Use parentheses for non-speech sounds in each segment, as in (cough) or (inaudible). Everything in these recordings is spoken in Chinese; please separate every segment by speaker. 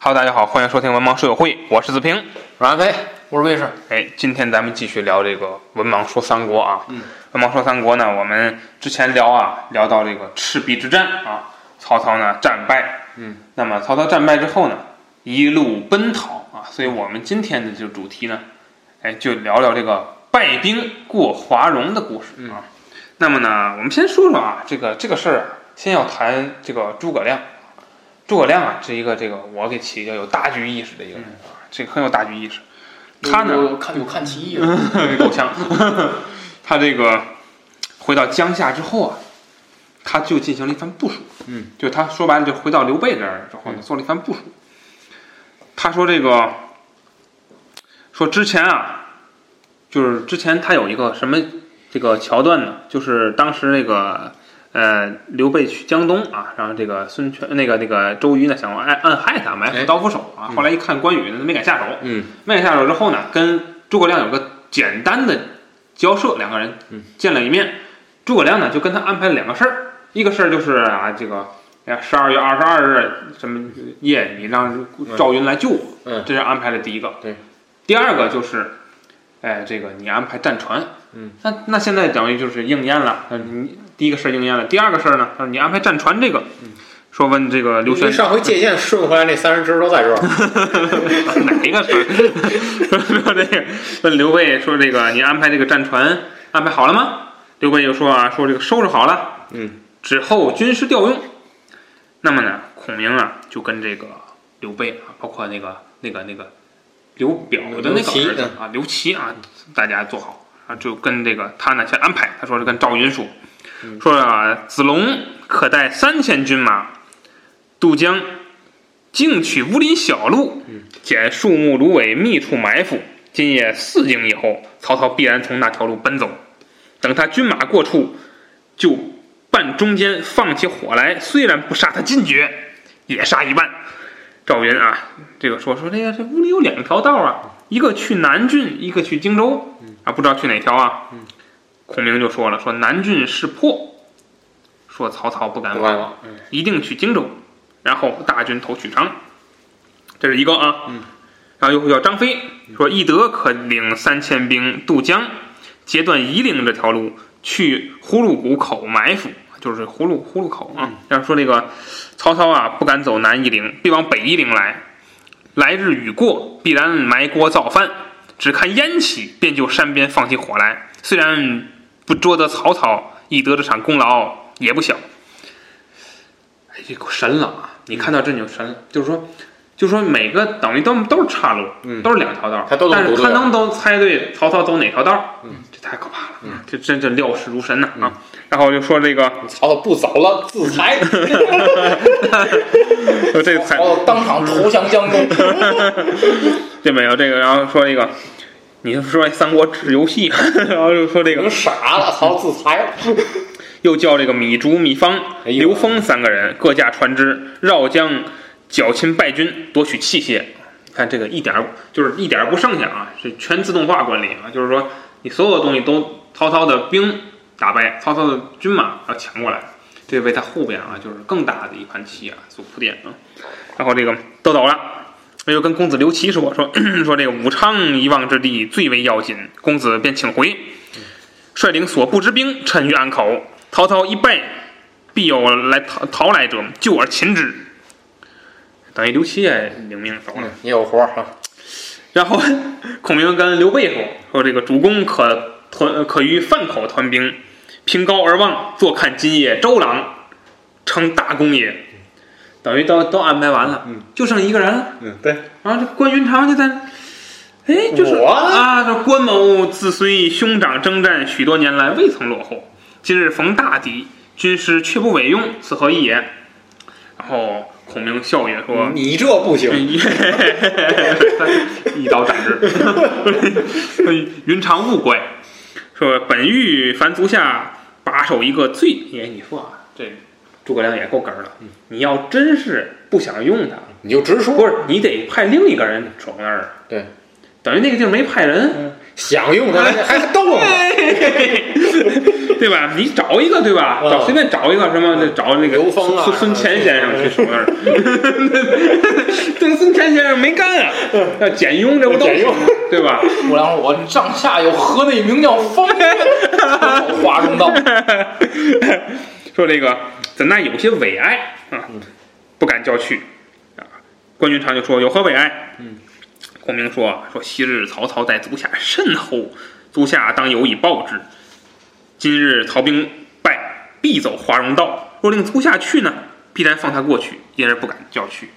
Speaker 1: Hello，大家好，欢迎收听文盲书友会，我是子平。
Speaker 2: 阮飞，我是卫士。
Speaker 1: 哎，今天咱们继续聊这个文盲说三国啊。嗯，文盲说三国呢，我们之前聊啊，聊到这个赤壁之战啊，曹操呢战败。嗯，那么曹操战败之后呢，一路奔逃啊，所以我们今天的这个主题呢，哎，就聊聊这个败兵过华容的故事啊。那么呢，我们先说说啊，这个这个事儿啊，先要谈这个诸葛亮。诸葛亮啊，是一个这个我给起叫有大局意识的一个人啊，这个很有大局意识。他呢，
Speaker 2: 有有看有看歧义了。
Speaker 1: (laughs) 够呛。他这个回到江夏之后啊，他就进行了一番部署。
Speaker 2: 嗯，
Speaker 1: 就他说白了，就回到刘备这儿之后呢，做了一番部署。他说这个，说之前啊，就是之前他有一个什么这个桥段呢？就是当时那个呃刘备去江东啊，然后这个孙权那个那个周瑜呢想暗暗害他，埋伏
Speaker 2: 哎
Speaker 1: 刀斧手啊。后来一看关羽呢没敢下手，
Speaker 2: 嗯
Speaker 1: 卖下手之后呢，跟诸葛亮有个简单的交涉，两个人
Speaker 2: 嗯
Speaker 1: 见了一面。诸葛亮呢就跟他安排了两个事儿，一个事儿就是啊，这个十二月二十二日什么夜，你让赵云来救我，
Speaker 2: 嗯
Speaker 1: 这是安排的第一个。
Speaker 2: 对，
Speaker 1: 第二个就是，哎，这个你安排战船，
Speaker 2: 嗯，
Speaker 1: 那那现在等于就是应验了，那你第一个事儿应验了，第二个事儿呢，那你安排战船这个，
Speaker 2: 嗯
Speaker 1: 说问这个刘
Speaker 3: 你
Speaker 1: 玄
Speaker 3: 上回借鉴顺回来那三十只都在这
Speaker 1: 嗯
Speaker 3: 儿，
Speaker 1: (laughs) 哪一个是？说说这个，问刘备说这个，你安排这个战船安排好了吗？刘备就说啊，说这个收拾好了，
Speaker 2: 嗯，
Speaker 1: 之后军师调用。那么呢，孔明啊就跟这个刘备啊，包括那个那个那个刘表的那
Speaker 3: 刘
Speaker 1: 个
Speaker 3: 琦
Speaker 1: 儿子啊，刘琦啊，大家做好啊，就跟这个他呢先安排，他说是跟赵云说，说啊，子龙可带三千军马渡江，径取乌林小路，捡树木芦苇密处埋伏。今夜四更以后，曹操必然从那条路奔走。等他军马过处，就半中间放起火来，虽然不杀他尽绝，也杀一半。赵云啊，这个说说这个这屋里有两条道啊，一个去南郡，一个去荆州啊，不知道去哪条啊。孔明就说了，说南郡是破，说曹操不敢
Speaker 3: 不
Speaker 1: 往，
Speaker 3: 敢往。
Speaker 1: 一定去荆州，然后大军投许昌，这是一个啊。
Speaker 2: 嗯。
Speaker 1: 然后又叫张飞说：“翼德可领三千兵渡江，截断夷陵这条路，去葫芦谷口埋伏，就是葫芦葫芦口啊。”要说这个曹操啊，不敢走南夷陵，必往北夷陵来。来日雨过，必然埋锅造饭。只看烟起，便就山边放起火来。虽然不捉得曹操，翼德这场功劳也不小。哎，这个神了啊！你看到
Speaker 3: 嗯
Speaker 1: 这你就神了，就是说，就是说每个等于都都是岔路，
Speaker 2: 嗯
Speaker 1: 都是两条道儿，
Speaker 3: 他都能
Speaker 1: 但是
Speaker 3: 读
Speaker 1: 他
Speaker 3: 对
Speaker 1: 能都猜对曹操走哪条道儿，
Speaker 2: 嗯，
Speaker 1: 这太可怕了，嗯，这真这料事如神
Speaker 3: 嗯
Speaker 1: 呐、啊！然后就说这
Speaker 3: (laughs)
Speaker 1: 个，
Speaker 3: 曹操不走了，自 (laughs) 裁，
Speaker 1: 说这才
Speaker 2: 哦，当场投降江东。
Speaker 1: 这没有这个，然后说这个，你就说三国志游戏， (laughs) 然后就说这个
Speaker 3: 成傻 (laughs) 了，曹操自裁了。
Speaker 1: 又叫这个米竺、米方、
Speaker 3: 哎呦
Speaker 1: 刘封三个人各驾船只绕江，剿侵败军，夺取器械。看这个一点儿就是一点儿不剩下啊，是全自动化管理啊，就是说你所有的东西都曹操的兵打败，曹操的军马要抢过来，这为他后边啊就是更大的一盘棋啊所铺垫啊。然后这个都走了。那就跟公子刘琦说说 (clears throat) 说这个武昌一望之地最为要紧，公子便请回。率领所部之兵，趁于安口。曹操一败，必有来逃逃来者，救而擒之。等于刘琦也领命走了。
Speaker 3: 也有活儿哈，
Speaker 1: 然后孔明跟刘备说：“说这个主公可屯，可于饭口屯兵，凭高而望，坐看今夜周郎，称大功也。”等于都都安排完了，
Speaker 2: 嗯
Speaker 1: 就剩一个人了。啊
Speaker 2: 嗯，对，
Speaker 1: 然后这关云长就在哎，就是
Speaker 3: 我
Speaker 1: 啊，这关某自虽兄长征战许多年来，未曾落后。今日逢大敌，军师却不委用，此何意也？然后孔明笑曰：“说，
Speaker 3: 你这不行，
Speaker 1: (laughs) 一刀斩之。云长勿怪，说本欲凡足下把守一个最，哎，你说啊，这诸葛亮也够哏儿的。嗯你要真是不想用他，
Speaker 3: 你就直
Speaker 1: 不
Speaker 3: 说。
Speaker 1: 是你得派另一个人守那儿，
Speaker 3: 对，
Speaker 1: 等于那个地儿没派人，
Speaker 3: 想用它还还 (laughs) 动呢，
Speaker 1: (laughs) 对吧？你找一个，对吧？
Speaker 3: 嗯
Speaker 1: 找随便找一个什么，就找那个
Speaker 3: 刘峰啊
Speaker 1: 孙孙乾先生去守那儿。 (laughs) 这个孙乾先生没干啊，那简庸这不都
Speaker 3: 嗯简庸
Speaker 1: 对吧？
Speaker 2: 武梁说：“我帐下有河内名叫
Speaker 3: (laughs)
Speaker 2: 方渊，我华容道。
Speaker 1: (laughs) 说这个怎奈有些伪哀啊，不敢叫去啊。关云长就说有何伪哀？嗯，孔明说啊说昔日曹操待足下甚厚，足下当有以报之。今日曹兵败，必走华容道。若令足下去呢，必然放他过去，因而不敢叫去。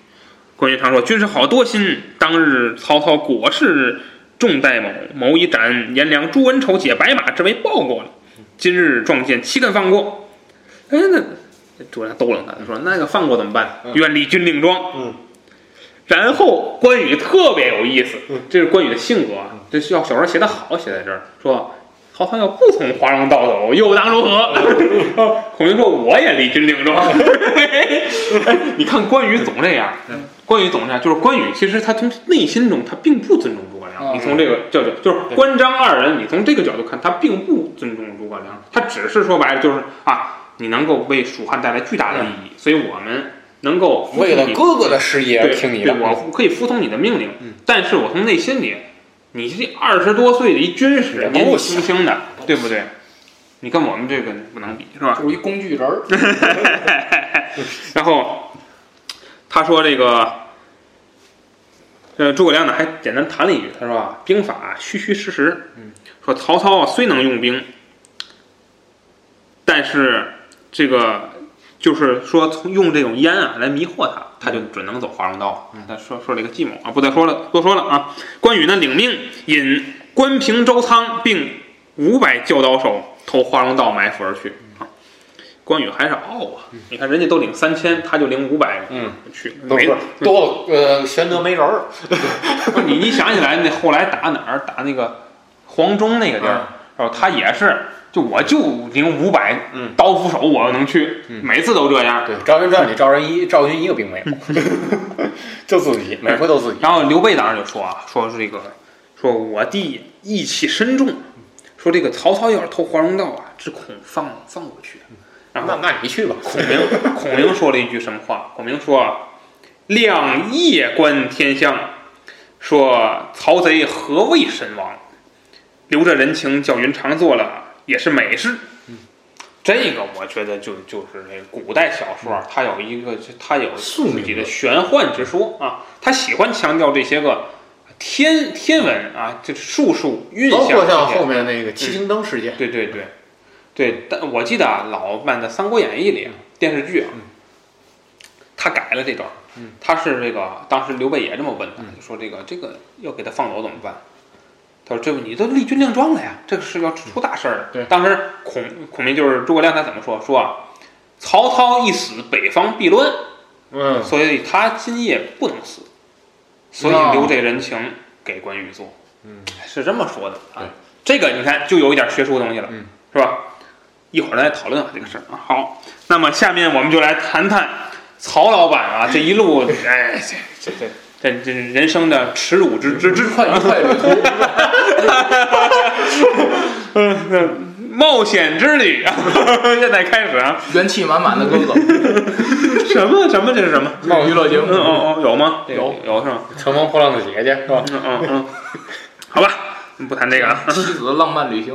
Speaker 1: 关云长说：“军师好多心，当日曹操果是重待某，某以斩颜良、朱文丑、解白马之为报国了。今日撞见，岂肯放过？”哎，那诸葛亮逗冷他，他说：“那个放过怎么办？愿立军令状。”
Speaker 3: 嗯。
Speaker 1: 然后关羽特别有意思，
Speaker 2: 嗯
Speaker 1: 这是关羽的性格啊，这需要小说写得好，写在这儿说。曹操要不从华容道走，又当如何？
Speaker 2: 嗯
Speaker 1: (laughs) 孔明说：“我也立军
Speaker 2: (laughs)
Speaker 1: 令状。”哎你看关羽总这样，
Speaker 2: 嗯
Speaker 1: 关羽总这样，就是关羽其实他从内心中他并不尊重诸葛亮。
Speaker 2: 嗯
Speaker 1: 你从这个角度，就是关张二人，你从这个角度看，他并不尊重诸葛亮，他只是说白了就是啊，你能够为蜀汉带来巨大的利
Speaker 2: 嗯
Speaker 1: 益，所以我们能够服从
Speaker 3: 为了
Speaker 1: 你
Speaker 3: 哥哥的事业
Speaker 1: 嗯
Speaker 3: 而
Speaker 1: 对
Speaker 3: 听你
Speaker 1: 对
Speaker 3: 的。嗯
Speaker 1: 我可以服从你的命令，但是我从内心里，你这二十多岁的一军
Speaker 3: 也
Speaker 1: 士，
Speaker 3: 不嗯
Speaker 1: 年纪
Speaker 3: 行
Speaker 1: 轻轻的，对不对？你跟我们这个不能比，是吧”？
Speaker 2: 就是一工具人儿，
Speaker 1: 然后他说这个，呃，诸葛亮呢还简单谈了一句，他说啊，兵法啊虚虚实实，说曹操啊虽能用兵，但是这个就是说从用这种烟啊来迷惑他，他就准能走华容道。他说说了一个计谋啊，不再说了，多说了啊。关羽呢领命引关平、周仓并五百教导手投华容道埋伏而去啊。关羽还是傲啊，你看人家都领三千，他就领五百，
Speaker 3: 嗯，
Speaker 1: 去
Speaker 3: 不
Speaker 1: 没
Speaker 3: 是多呃，玄德没人儿，
Speaker 1: 不是你一想起来，那后来打哪儿？打那个黄忠那个地儿，然后他也是，就我就领五百
Speaker 3: 嗯
Speaker 1: 刀斧手，我能去，每次都这
Speaker 2: 哎
Speaker 1: 样。
Speaker 3: 对，《赵云传》里赵人一赵云一个兵没有，
Speaker 2: (laughs)
Speaker 3: 就自
Speaker 2: 哎
Speaker 3: 己，每回都自己。
Speaker 1: 然后刘备当时就说啊，说这个，说我弟义气深重，说这个曹操要是投华容道啊，只恐放放过去。啊然后
Speaker 3: 嗯那那你去吧，
Speaker 1: 孔明，孔明说了一句什么话？孔明说啊：“亮夜观天象，说曹贼何谓身亡？留着人情叫云长做了，也是美事。”
Speaker 3: 嗯
Speaker 1: 这个我觉得就就是那古代小说
Speaker 3: 嗯
Speaker 1: 啊，它有一个它有自己的玄幻之说啊，它喜欢强调这些个天天文啊，这术数运
Speaker 3: 包
Speaker 1: 象这些，
Speaker 3: 括像后面那个七星灯事件，
Speaker 1: 对对对，对，但我记得啊，老版的《三国演义》里啊
Speaker 3: 嗯
Speaker 1: 电视剧啊，他改了这段儿，
Speaker 3: 嗯
Speaker 1: 他是这个当时刘备也这么问他，就说这个这个要给他放走怎么办？他说：“这你都立军令状了呀，这个是要出大事儿了。
Speaker 3: 嗯对
Speaker 1: 当时孔孔明就是诸葛亮，他怎么说？说啊，曹操一死，北方必乱，
Speaker 3: 嗯，
Speaker 1: 所以他今夜不能死，所以留这人情给关羽做。
Speaker 3: 嗯，
Speaker 1: 是这么说的啊。这个你看就有一点学术的东西了，
Speaker 3: 嗯
Speaker 1: 是吧？一会儿再讨论这个事儿啊。好，那么下面我们就来谈谈曹老板啊这一 (laughs) 路，哎，这这这这这人生的耻辱之之之
Speaker 2: 快
Speaker 1: (laughs)
Speaker 2: 一快旅途，
Speaker 1: 嗯冒险之旅 (laughs) 啊！现在开始啊，
Speaker 2: 元气满满的哥
Speaker 3: (laughs)
Speaker 2: 哥，
Speaker 1: 什么什么这是什么？
Speaker 2: 娱乐节
Speaker 1: 嗯
Speaker 2: 目，
Speaker 1: 哦哦，有吗？这个
Speaker 2: 有
Speaker 1: 有是吗？
Speaker 3: 乘风破浪的姐姐是吧？
Speaker 1: 嗯嗯嗯，好吧，不谈这个啊。
Speaker 2: 妻子的浪漫旅行，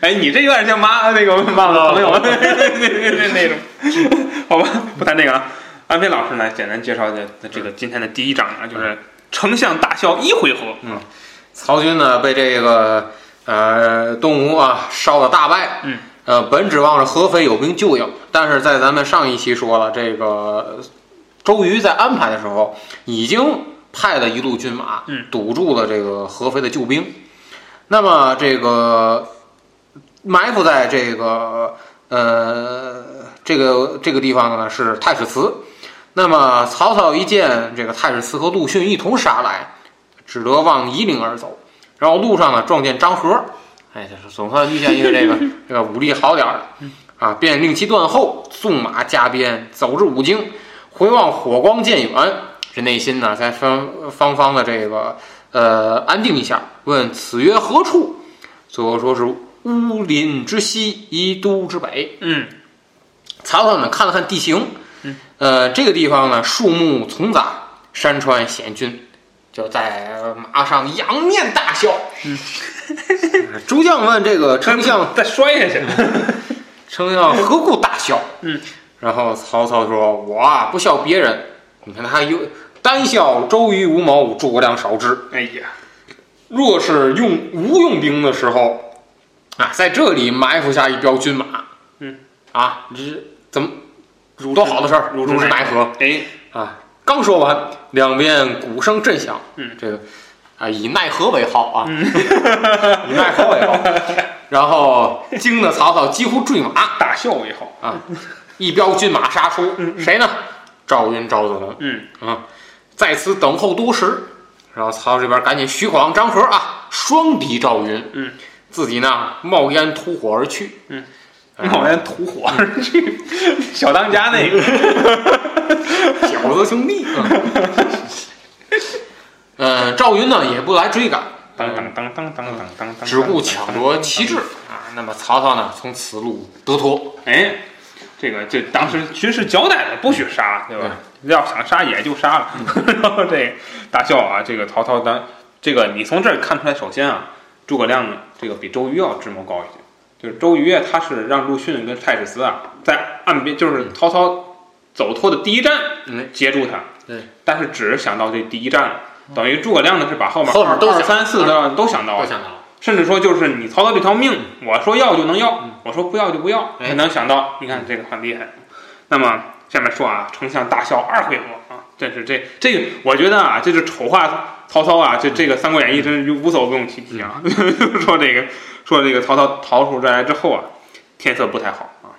Speaker 1: 哎，你这有点像妈那个妈的朋友那那那种，好吧，不谈这个啊。安飞老师呢，简单介绍一下这个今天的第一章啊，就是丞相大笑一回合。
Speaker 3: 嗯曹军呢被这个呃东吴啊烧的大败，
Speaker 1: 嗯，
Speaker 3: 呃本指望着合肥有兵救应，但是在咱们上一期说了，这个周瑜在安排的时候已经派了一路军马
Speaker 1: 嗯，
Speaker 3: 堵住了这个合肥的救兵。那么这个呃埋伏在这个呃这个这个地方呢是太史慈。那么曹操一见这个太史慈和陆逊一同杀来，只得往夷陵而走。然后路上呢撞见张合，哎，这是总算遇见一个这个这个武力好点儿的啊，便令其断后，纵马加鞭，走至武京，回望火光渐远，这内心呢才方方方的这个呃安定一下，问此曰何处？最后说是乌林之西，宜都之北。
Speaker 1: 嗯
Speaker 3: 曹操呢看了看地形，
Speaker 1: 嗯，
Speaker 3: 呃，这个地方呢树木丛杂，山川险峻，就在马上仰面大笑。嗯， (laughs) 诸将问这个丞相，
Speaker 1: 再摔下去。
Speaker 3: 丞相何故啊大笑？
Speaker 1: 嗯，
Speaker 3: 然后曹操说：“我啊不笑别人，你看他有单笑周瑜、吴谋，诸葛亮少之。”
Speaker 1: 哎呀，
Speaker 3: 若是用无用兵的时候，啊，在这里埋伏下一彪军马，
Speaker 1: 嗯，
Speaker 3: 啊，这是怎么鲁都好的事儿，
Speaker 1: 鲁
Speaker 3: 鲁
Speaker 1: 之
Speaker 3: 是
Speaker 1: 埋
Speaker 3: 埋河
Speaker 1: 哎，
Speaker 3: 啊。刚说完，两边鼓声震响，
Speaker 1: 嗯，
Speaker 3: 这个啊，以奈何为号啊， (laughs) 以奈何为号，然后惊得曹操几乎坠马，
Speaker 1: 大笑为好。
Speaker 3: 一彪军马杀出，谁呢？赵云、赵子龙。
Speaker 1: 嗯
Speaker 3: 啊，在此等候多时。然后曹操这边赶紧徐晃、张合啊，双敌赵云。
Speaker 1: 嗯，
Speaker 3: 自己呢冒烟突火而去。
Speaker 1: 嗯
Speaker 3: 啊，
Speaker 1: 冒烟吐火而去，小当家那个，
Speaker 3: 饺子兄弟。嗯，呃赵云呢也不来追赶，
Speaker 1: 当当当当当当当当，
Speaker 3: 只顾抢夺旗帜
Speaker 1: 嗯
Speaker 3: 啊。那么曹操呢，从此路得脱。
Speaker 1: 哎，这个就当时军事交代了，不许杀，对吧？
Speaker 3: 嗯
Speaker 1: 要想杀也就杀了。 (laughs) 然后这个大笑啊，这个曹操当这个你从这儿看出来，首先啊，诸葛亮这个比周瑜要智谋高一些。就是周瑜啊，他是让陆逊跟太史慈啊在岸边，就是曹操走脱的第一站
Speaker 3: 嗯，
Speaker 1: 截住他。
Speaker 3: 对，嗯
Speaker 1: 但是只是想到这第一站了。等于诸葛亮呢是把后面
Speaker 3: 后面
Speaker 1: 二
Speaker 3: 都想嗯
Speaker 1: 二三四的都想到
Speaker 3: 我
Speaker 1: 了，
Speaker 3: 想到了，
Speaker 1: 甚至说就是你曹操这条命，我说要就能要，我说不要就不要，
Speaker 3: 哎
Speaker 1: 没能想到，你看这个很厉害。那么下面说啊，丞相大笑二回合啊，真是这这个，我觉得啊，这是丑化曹操啊，这这个《三国演义》真是无所不用其极啊。 (laughs) 说这个说这个曹操逃出这来之后啊，天色不太好啊，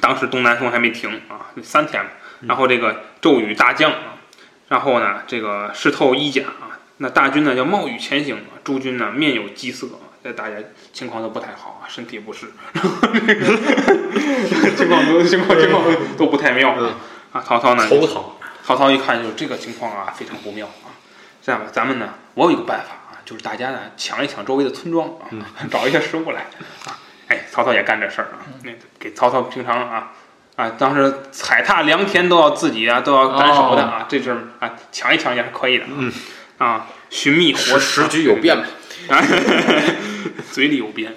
Speaker 1: 当时东南风还没停啊，三天了，然后这个骤雨大降啊，然后呢，这个湿透衣甲啊，那大军呢要冒雨前行啊，诸军呢面有饥色啊，这大家情况都不太好啊，身体
Speaker 3: (laughs)
Speaker 1: 不适，情况都情况情况都不太妙啊。啊，曹操呢，
Speaker 3: 头疼。
Speaker 1: 曹操一看就是这个情况啊，非常不妙啊。这样吧，咱们呢，我有一个办法啊，就是大家呢抢一抢周围的村庄啊，
Speaker 3: 嗯
Speaker 1: (laughs) 找一些食物来啊。哎，曹操也干这事儿啊，
Speaker 3: 嗯
Speaker 1: 那给曹操平常啊啊，当时踩踏良田都要自己啊都要
Speaker 3: 哦
Speaker 1: 斩首的啊，这阵儿啊抢一抢也是可以的啊。
Speaker 3: 嗯
Speaker 1: 啊，寻觅活
Speaker 3: 时时局有变吧，
Speaker 1: 啊， (laughs) 嘴里有鞭，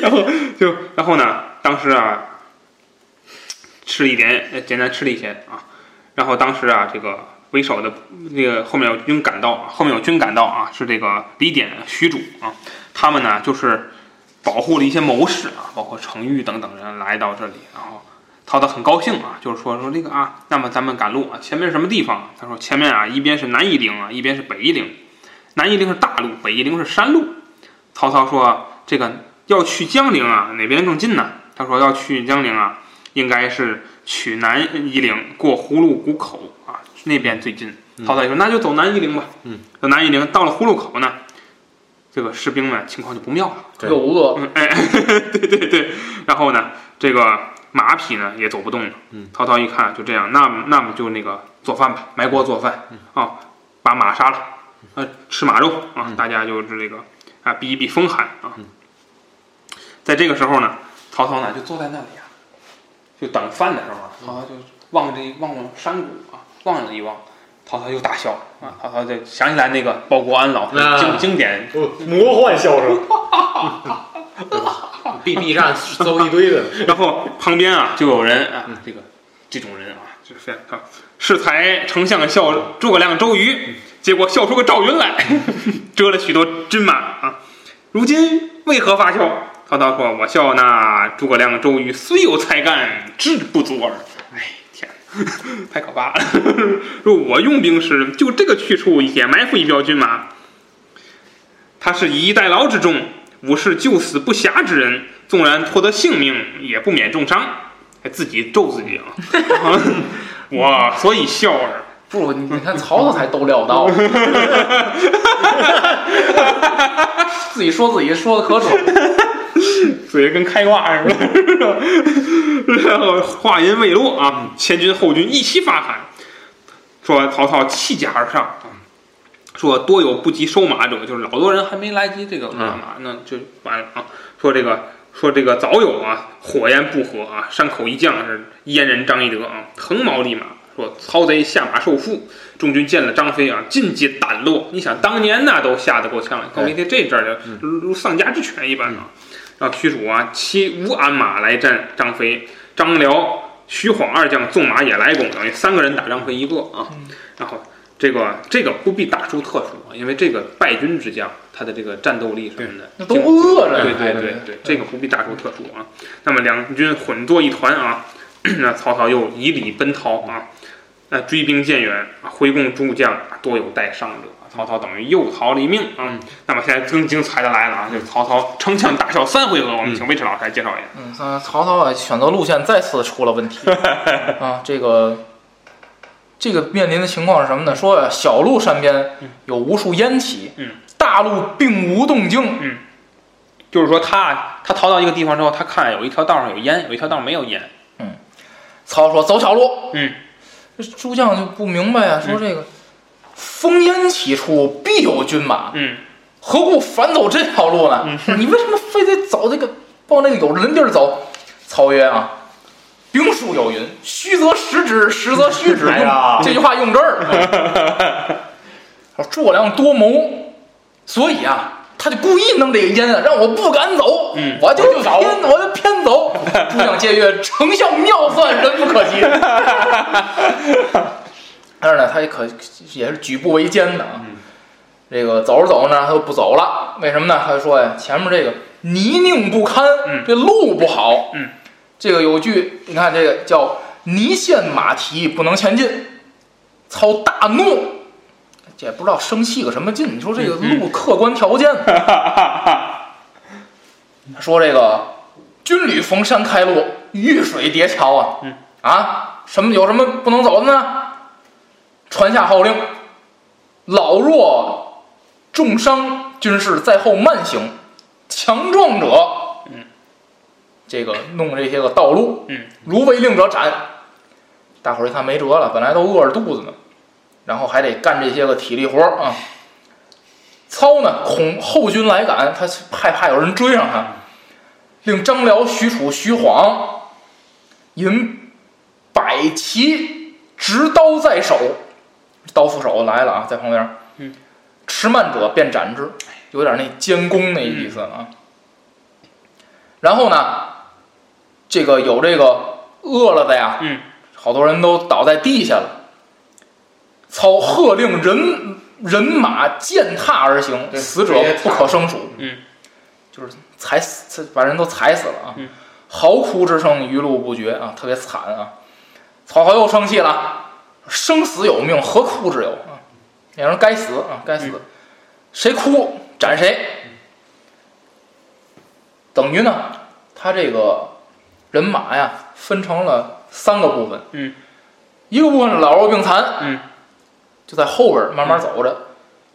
Speaker 1: 然后就然后呢，当时啊，吃了一点，呃简单吃了一些啊，然后当时啊，这个为首的那个后面有军赶到，后面有军赶到啊，是这个李典、许褚啊，他们呢就是保护了一些谋士啊，包括程昱等等人来到这里，啊然后曹操很高兴啊，就是说说那个啊，那么咱们赶路啊，前面是什么地方啊？他说前面啊，一边是南夷陵啊，一边是北夷陵，南夷陵是大路，北夷陵是山路。曹操说这个要去江陵啊，哪边更近呢？他说要去江陵啊，应该是取南夷陵，过葫芦谷口啊，那边最近。曹操就说那就走南夷陵吧。
Speaker 3: 嗯，
Speaker 1: 走南夷陵，到了葫芦口呢，这个士兵们情况就不妙了。
Speaker 3: 对
Speaker 2: 又无乐，
Speaker 1: 嗯，哎， (laughs) 对对对，然后呢，这个马匹呢也走不动了。
Speaker 3: 嗯，
Speaker 1: 曹操一看就这样，那么那么就那个做饭吧，埋锅做饭
Speaker 3: 嗯
Speaker 1: 啊，把马杀了，呃，吃马肉啊，
Speaker 3: 嗯
Speaker 1: 大家就是这个啊避一避风寒啊。在这个时候呢，曹操呢就坐在那里啊，就等饭的时候啊，
Speaker 3: 嗯
Speaker 1: 曹操就望着一望望山谷啊，望了一望。曹操又大笑啊！曹操就想起来那个鲍国安老师的经
Speaker 3: 啊
Speaker 1: 经典
Speaker 4: 魔幻笑声，
Speaker 3: ，B B (laughs) 站搜一堆的，
Speaker 1: 然后旁边啊就有人啊，这个这种人啊，就是非常适才丞相笑诸葛亮周瑜，结果笑出个赵云来，折了许多军马啊。如今为何发笑？曹操说：“我笑那诸葛亮、周瑜虽有才干，志不足耳。”哎，天哪！ (laughs) 太可怕了。说我用兵时就这个去处也埋伏一彪军马，他是以逸待劳之众，武士救死不暇之人，纵然脱得性命，也不免重伤。还自己咒自己啊！ (laughs) 我所以笑耳。
Speaker 2: 不，你你看曹操才都料到，自己说自己说的可准，
Speaker 1: 嘴跟开挂似的。 (laughs) 然后话音未落啊，前军后军一起发喊，说曹操弃甲而上，说多有不及收马者，就是老多人还没来及这个马马，那就完了啊。说这个说这个早有啊，火焰不和啊，山口一将是燕人张翼德啊，横矛立马。说曹贼下马受缚，众军见了张飞啊，尽皆胆落。你想当年那都吓得够呛，
Speaker 2: 哎
Speaker 1: 更别提这阵儿了，如
Speaker 2: 嗯
Speaker 1: 如丧家之犬一般啊。让屈楚啊骑无鞍马来战张飞，张辽、徐晃二将纵马也来攻，等于三个人打张飞一个啊。
Speaker 2: 嗯
Speaker 1: 然后这个这个不必大书特书啊，因为这个败军之将他的这个战斗力什么的，
Speaker 2: 那都饿着
Speaker 1: (laughs) 对
Speaker 2: 呢。
Speaker 1: 对对对，这个不必大书特书啊。那么两军混作一团啊，那曹操又以里奔逃啊，那追兵渐远啊，回共诸将啊多有带伤者啊。曹操等于又逃了一命
Speaker 2: 嗯
Speaker 1: 啊！那么现在更精彩的来了啊，就是曹操称象大笑三回合，我们请魏迟老师来介绍一下。
Speaker 2: 嗯，啊，曹操啊，选择路线再次出了问
Speaker 1: (laughs)
Speaker 2: 题啊，这个。这个面临的情况是什么呢？说啊小路山边有无数烟起，
Speaker 1: 嗯
Speaker 2: 大路并无动静，
Speaker 1: 就是说他他逃到一个地方之后，他看有一条道上有烟，有一条道上没有烟。
Speaker 2: 曹操说走小路。
Speaker 1: 嗯，
Speaker 2: 这诸将就不明白啊，说这个、烽烟起处必有军马，
Speaker 1: 嗯，
Speaker 2: 何故反走这条路呢？你为什么非得走这个往那个有人地儿走？曹曰啊。兵书有云：“虚则实之，实则虚之。”
Speaker 4: 哎呀
Speaker 2: 这句话用这儿。说诸葛亮多谋，所以啊，他就故意弄这个烟啊，让我不敢走，
Speaker 1: 嗯
Speaker 2: 我就偏我就偏走。诸将皆曰：“丞相妙算，人不可及。” (laughs) 但是呢，他也可也是举步维艰的啊。这个走着走着呢，他就不走了，为什么呢？他就说呀，前面这个泥泞不堪，
Speaker 1: 嗯
Speaker 2: 这路不好。
Speaker 1: 嗯，
Speaker 2: 这个有句，你看这个叫“泥陷马蹄，不能前进”。操大怒，这也不知道生气个什么劲。你说这个
Speaker 1: 嗯
Speaker 2: 路客观
Speaker 1: (laughs)
Speaker 2: 条件，他说这个军旅逢山开路，遇水叠桥啊，
Speaker 1: 嗯
Speaker 2: 啊，什么有什么不能走的呢？传下号令，老弱重伤军士在后慢行，强壮者，
Speaker 1: 嗯，
Speaker 2: 这个弄这些个道路，
Speaker 1: 嗯，
Speaker 2: 如违令者斩。大伙儿一看没辙了，本来都饿着肚子呢，然后还得干这些个体力活儿啊。操呢，恐后军来赶，他害怕有人追上
Speaker 1: 嗯
Speaker 2: 他，令张辽、许褚、徐晃引百骑执刀在手，刀斧手来了啊，在旁边。
Speaker 1: 嗯，
Speaker 2: 迟慢者便斩之，有点那监工那意思啊。然后呢，这个有这个饿了的呀，
Speaker 1: 嗯，
Speaker 2: 好多人都倒在地下了。操喝令人人马践踏而行，
Speaker 4: 对
Speaker 2: 死者
Speaker 4: 直接踏
Speaker 2: 不可生数。
Speaker 1: 嗯，
Speaker 2: 就是踩死，把人都踩死了啊。
Speaker 1: 嗯
Speaker 2: 嚎哭之声余路不绝啊，特别惨啊。曹操又生气了，生死有命，何哭之有啊？那人该死啊，该死，谁哭斩谁。等于呢，他这个人马呀分成了三个部分，
Speaker 1: 嗯，
Speaker 2: 一个部分是老弱病残，
Speaker 1: 嗯，
Speaker 2: 就在后边儿慢慢走着，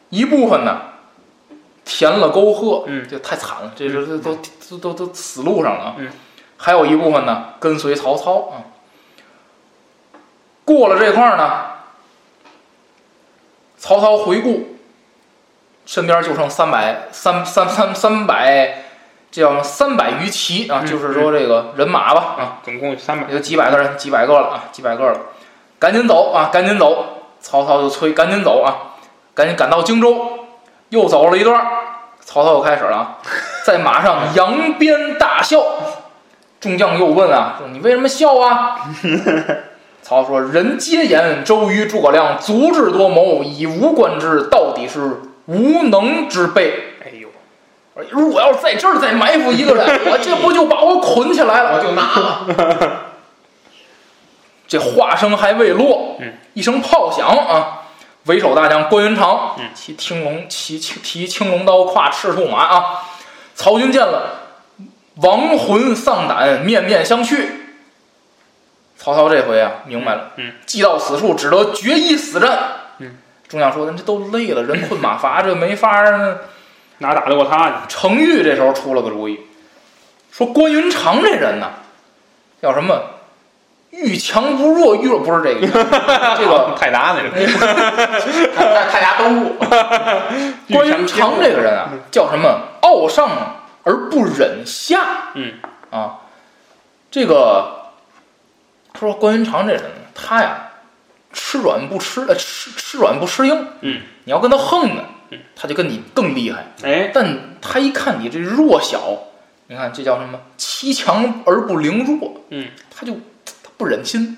Speaker 2: 一部分呢填了沟壑，
Speaker 1: 嗯
Speaker 2: 这太惨了，这这这都都都都死路上了啊，
Speaker 1: 嗯
Speaker 2: 还有一部分呢跟随曹操啊，过了这块儿呢，曹操回顾，身边就剩三百三三三三百，这叫什么三百余骑啊，
Speaker 1: 嗯
Speaker 2: 就是说这个人马吧啊，
Speaker 1: 啊，总共有三百。
Speaker 2: 也就几百个人，几百个了啊，几百个了，赶紧走啊，赶紧走！曹操就催，赶紧走啊，赶紧赶到荆州。又走了一段，曹操又开始了啊，在马上扬鞭大笑。众将又问啊，说你为什么笑啊？ (laughs) 曹操说：“人皆言周瑜、诸葛亮足智多谋，以无官之，到底是无能之辈。
Speaker 1: 哎呦，
Speaker 2: 而如果要是在这儿再
Speaker 1: (laughs)
Speaker 2: 埋伏一个人，我这不就把我捆起来了？
Speaker 4: 我就拿了。
Speaker 2: 这话声还未落，
Speaker 1: 嗯，
Speaker 2: 一声炮响啊，为首大将关云长，
Speaker 1: 嗯
Speaker 2: 骑青龙骑青提青龙刀，跨赤兔马啊。曹军见了，亡魂丧胆，面面相觑。曹操这回啊，明白了，
Speaker 1: 嗯，
Speaker 2: 既到此处，只得决一死战。
Speaker 1: 嗯，
Speaker 2: 众将说：“咱这都累了，人困马乏，这没法儿
Speaker 1: 哪打得过他呢？
Speaker 2: 啊程昱这时候出了个主意，说关云长这人呢，叫什么？遇强不弱，遇弱不是这个， (laughs) 这个
Speaker 1: 泰达那个
Speaker 3: 大大家都悟，
Speaker 2: 关云长这个人啊，叫什么？傲上而不忍下。
Speaker 1: 嗯
Speaker 2: 啊，这个说关云长这人呢，他呀吃软不吃，呃吃吃软不吃硬。
Speaker 1: 嗯，
Speaker 2: 你要跟他横呢，他就跟你更厉害。
Speaker 1: 哎，
Speaker 2: 但他一看你这弱小，你看这叫什么？欺强而不凌弱。
Speaker 1: 嗯，
Speaker 2: 他就他不忍心。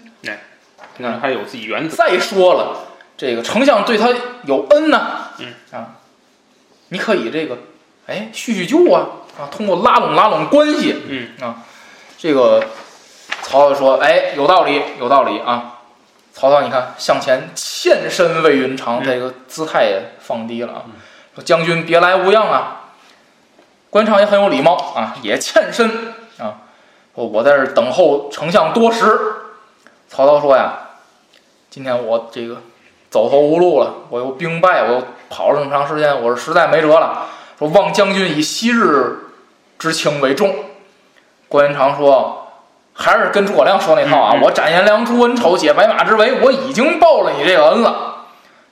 Speaker 1: 那还有自己原则。
Speaker 2: 再说了，这个丞相对他有恩呐、
Speaker 1: 嗯
Speaker 2: 啊，你可以这个，哎，叙叙旧啊啊，通过拉拢拉拢关系。啊
Speaker 1: 嗯
Speaker 2: 这个曹操说：“哎，有道理，有道理啊！”曹操，你看向前欠身为云长，
Speaker 1: 嗯
Speaker 2: 这个姿态也放低了啊。说将军别来无恙啊！关长也很有礼貌啊，也欠身啊。说我在这儿等候丞相多时。曹操说呀：“今天我这个走投无路了，我又兵败，我又跑了这么长时间，我是实在没辙了。说望将军以昔日之情为重。”关云长说：“还是跟诸葛亮说那套啊，
Speaker 1: 嗯嗯
Speaker 2: 我斩颜良、诛文丑、解白马之围，我已经报了你这个恩了。”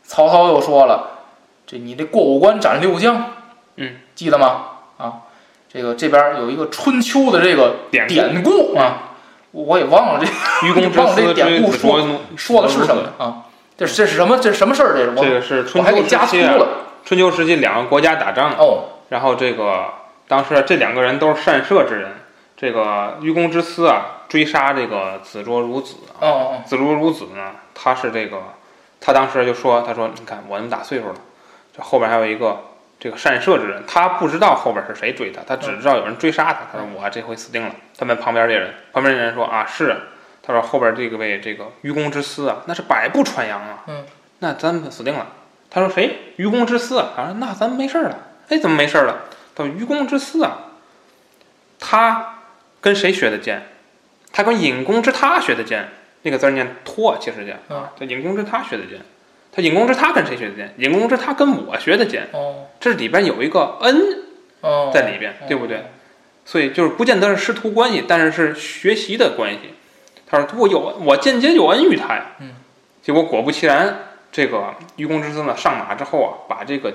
Speaker 2: 曹操又说了：“这你这过五关斩六将，
Speaker 1: 嗯，
Speaker 2: 记得吗？啊，这个这边有一个春秋的这个
Speaker 1: 典故
Speaker 2: 典故啊，我也忘了这
Speaker 1: (laughs) 愚公之
Speaker 2: 啊忘了这
Speaker 1: 私
Speaker 2: 典
Speaker 1: 追
Speaker 2: 故
Speaker 1: 子卓奴，
Speaker 2: 说的是什么啊？这是这是什么？这是什么事儿？这是我
Speaker 1: 这个是
Speaker 2: 我
Speaker 1: 春
Speaker 2: 还
Speaker 1: 秋
Speaker 2: 给
Speaker 1: 时
Speaker 2: 加粗
Speaker 1: 期啊，
Speaker 2: 了
Speaker 1: 春秋时期两个国家打仗，
Speaker 2: 哦。
Speaker 1: 然后这个当时这两个人都是善射之人，这个愚公之私啊，追杀这个子卓孺子啊，
Speaker 2: 哦哦，
Speaker 1: 子如孺子呢，他是这个，他当时就说，他说，你看我那么大岁数了，这后边还有一个这个善射之人，他不知道后边是谁追他，他只知道有人追杀他。他说我这回死定了。他们旁边这人，旁边这人说啊是，他说后边这个位这个愚公之私啊，那是百步穿杨啊，
Speaker 2: 嗯，
Speaker 1: 那咱们死定了。他说谁？愚公之私啊？他说那咱们没事儿了。哎，怎么没事儿了？他说愚公之私啊，他跟谁学的剑？他跟引弓之他学的剑。那个字儿念托，其实念
Speaker 2: 啊，
Speaker 1: 他引弓之他学的剑，他引弓之他跟谁学的剑？引弓之他跟我学的剑，
Speaker 2: 哦
Speaker 1: 这里边有一个恩
Speaker 2: 哦，
Speaker 1: 在里边，对不对？所以就是不见得是师徒关系，但是是学习的关系。他说我有我间接有恩于他呀，
Speaker 2: 嗯，
Speaker 1: 结果果不其然，这个愚公之子呢上马之后啊，把这个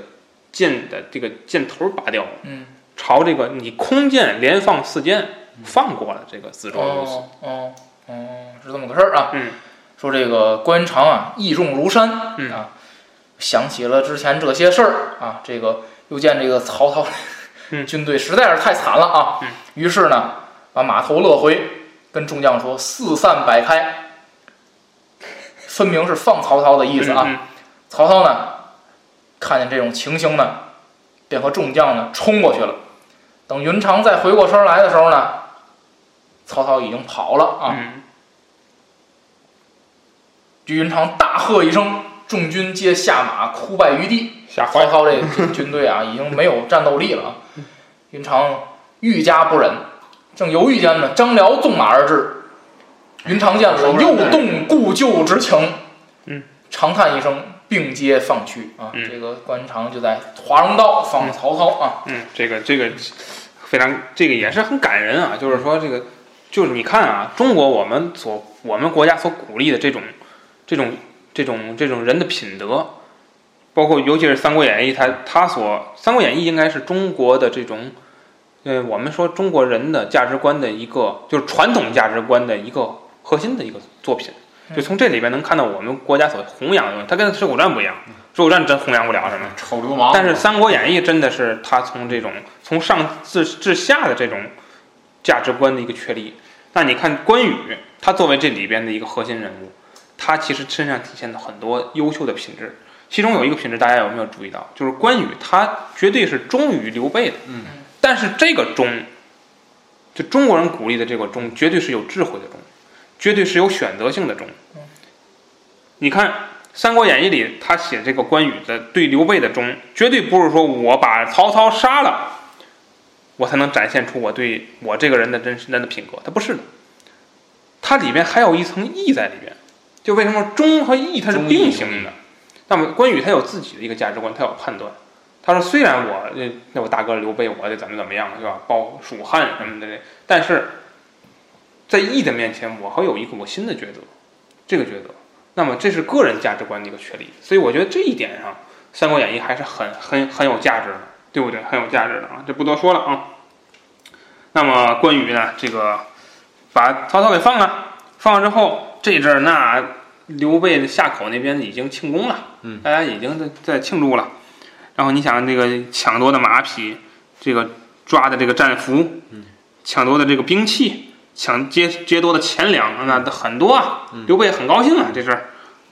Speaker 1: 箭的这个箭头拔掉了，
Speaker 2: 嗯，
Speaker 1: 朝这个你空箭连放四箭，放过了这个子庄如
Speaker 2: 哦哦哦，是这么个事儿啊。
Speaker 1: 嗯，
Speaker 2: 说这个关云长啊，义重如山，
Speaker 1: 嗯
Speaker 2: 啊，想起了之前这些事儿啊，这个又见这个曹操
Speaker 1: 嗯
Speaker 2: (laughs) 军队实在是太惨了啊，
Speaker 1: 嗯
Speaker 2: 于是呢，把马头勒回，跟众将说：“四散摆开。”分明是放曹操的意思啊。
Speaker 1: 嗯
Speaker 2: 曹操呢，看见这种情形呢，便和众将呢冲过去了。等云长再回过身来的时候呢，曹操已经跑了啊。
Speaker 1: 嗯
Speaker 2: 这云长大喝一声，众军皆下马，哭拜于地。
Speaker 1: 嗯，吓坏
Speaker 2: 曹
Speaker 1: 了，嗯
Speaker 2: 操这个军队啊，已经没有战斗力了。啊！云长愈加不忍，正犹豫间呢，张辽纵马而至。云长见了，又动故旧之情，
Speaker 1: 嗯，
Speaker 2: 长叹一声，并皆放去啊。
Speaker 1: 嗯
Speaker 2: 这个关云长就在华容道放了曹操啊。
Speaker 1: 嗯，这个这个非常，这个也是很感人啊。就是说，这个就是你看啊，中国我们所我们国家所鼓励的这种这种这种这种人的品德，包括尤其是《三国演义》它，它所《三国演义》应该是中国的这种，呃，我们说中国人的价值观的一个，就是传统价值观的一个核心的一个作品。就从这里边能看到我们国家所弘扬的东西，它跟《水浒传》不一样，《水浒传》真弘扬不了什么。
Speaker 3: 臭流氓。
Speaker 1: 但是《三国演义》真的是他从这种从上至至下的这种价值观的一个确立。那你看关羽，他作为这里边的一个核心人物，他其实身上体现了很多优秀的品质。其中有一个品质，大家有没有注意到？就是关羽，他绝对是忠于刘备的。
Speaker 3: 嗯，
Speaker 1: 但是这个忠，就中国人鼓励的这个忠，绝对是有智慧的忠，绝对是有选择性的忠。你看《三国演义》里他写这个关羽的对刘备的忠，绝对不是说我把曹操杀了，我才能展现出我对我这个人的真实的品格，他不是的，它里面还有一层义在里面。就为什么忠和义它是
Speaker 2: 忠义
Speaker 1: 并行的？那么关羽他有自己的一个价值观，他有判断。他说：“虽然我呃那我大哥刘备，我得怎么怎么样，是吧？报蜀汉什么的，但是在义的面前，我还有一个我新的抉择，这个抉择。那么这是个人价值观的一个确立，所以我觉得这一点上，《三国演义》还是很很很有价值的，对不对？很有价值的啊，这不多说了啊。那么关羽呢，这个把曹操给放了，放了之后，这阵儿那刘备的夏口那边已经庆功了，
Speaker 3: 嗯，
Speaker 1: 大家已经在在庆祝了。然后你想这个抢夺的马匹，这个抓的这个战俘，
Speaker 3: 嗯，
Speaker 1: 抢夺的这个兵器，抢劫劫夺的钱粮，
Speaker 3: 嗯
Speaker 1: 那很多啊。刘备很高兴啊，这事儿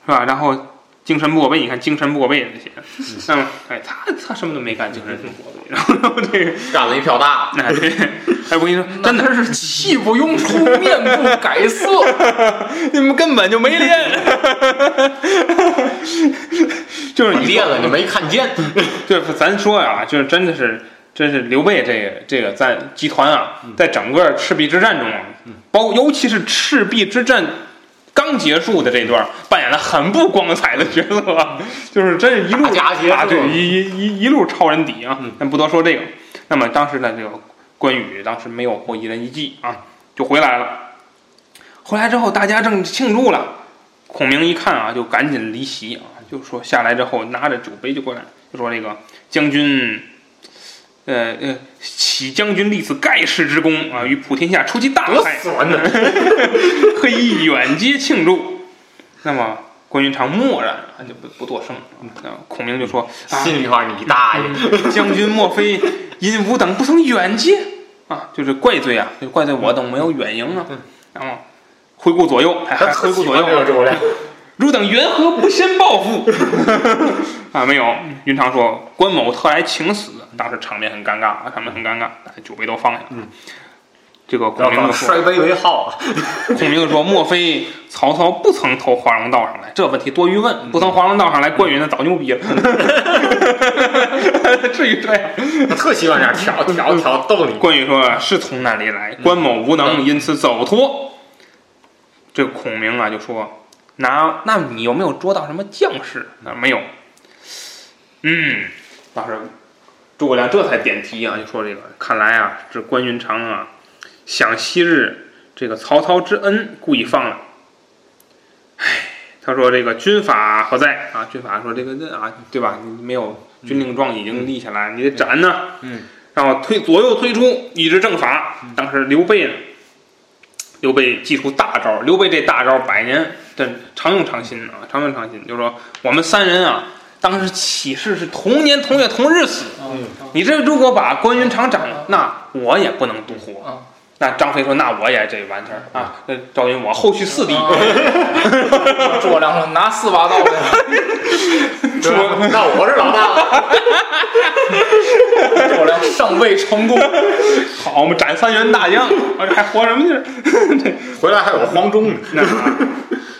Speaker 1: 是吧？然后精神不果背，你看精神不果背这些，
Speaker 3: 嗯
Speaker 1: 那么哎，他他什么都没干，精神不果背。然后然后这个，
Speaker 3: 干了一票大，
Speaker 1: 哎，对哎，我跟你说，真的
Speaker 2: 那是气不拥出，面不改色。
Speaker 1: 你们根本就没练，就是你
Speaker 3: 练 (laughs) 了你没看见，
Speaker 1: 就是咱说啊，就是真的是，真是刘备这个这个在集团啊，
Speaker 3: 嗯
Speaker 1: 在整个赤壁之战中啊，包尤其是赤壁之战刚结束的这段，扮演了很不光彩的角色，啊就是真是一路
Speaker 3: 嗯大家嗯结束
Speaker 1: 啊，对，一一一一路超人底啊，咱不多说这个。那么当时呢，这个关羽当时没有活一人一计啊，就回来了。回来之后，大家正庆祝了，孔明一看啊，就赶紧离席啊，就说下来之后拿着酒杯就过来，就说这个将军，呃呃，启将军立此盖世之功啊，与普天下出其大
Speaker 3: 得
Speaker 1: 害，
Speaker 3: 死我呢！
Speaker 1: (laughs) 可以远接庆祝。那么关云长默然，啊就不不作声。那孔明就说啊，
Speaker 3: 心里话你大爷，
Speaker 1: (laughs) 将军莫非因吾等不曾远接啊？就是怪罪啊，就怪罪我等没有远迎
Speaker 3: 嗯
Speaker 1: 啊。然后回顾左右，还还回顾左右，啊
Speaker 3: 这种人，
Speaker 1: 汝等缘何不先报复？ (laughs) 啊，没有。云长说：“关某特来请死。”当时场面很尴尬，啊，场面很尴尬，大家酒杯都放下。嗯，这个
Speaker 3: 然
Speaker 1: 孔明
Speaker 3: 后
Speaker 1: 就说
Speaker 3: 摔杯为号，：“
Speaker 1: 孔明就说，莫非曹操不曾投华容道上来？这问题多余问。不曾华容道上来，关羽那早牛逼 (laughs) 了，至于这样？”
Speaker 3: 我特喜欢这样挑挑挑
Speaker 1: (laughs)
Speaker 3: 逗你。
Speaker 1: 关羽说：“啊是从那里来，关某无能，因此走脱。”这个孔明啊就说：“那那你有没有捉到什么将士？”啊，没有。嗯，当时诸葛亮这才点题啊，就说这个看来啊，这关云长啊，想昔日这个曹操之恩，故意放了。唉，他说这个军法何在啊？军法说这个这啊，对吧？你没有军令状已经立下来，你得斩呢、然后推左右推出，以制正法。当时刘备呢，刘备祭出大招，刘备这大招百年这常用常新啊，常用常新，就是说我们三人啊，当时起誓是同年同月同日死。
Speaker 2: 嗯
Speaker 1: 你这如果把关云长斩了，那我也不能独活。
Speaker 2: 嗯
Speaker 1: 那张飞说：“那我也这完事儿啊，那赵云我后续四弟。哦
Speaker 2: (laughs) 诸葛亮说：“拿四把刀去。
Speaker 3: 是吧那我是老大，”
Speaker 2: 诸葛亮尚未成功，
Speaker 1: (laughs) 好，我们斩三员大将，我这还活什么劲儿？ (laughs)
Speaker 3: 回来还有黄忠呢。
Speaker 1: 那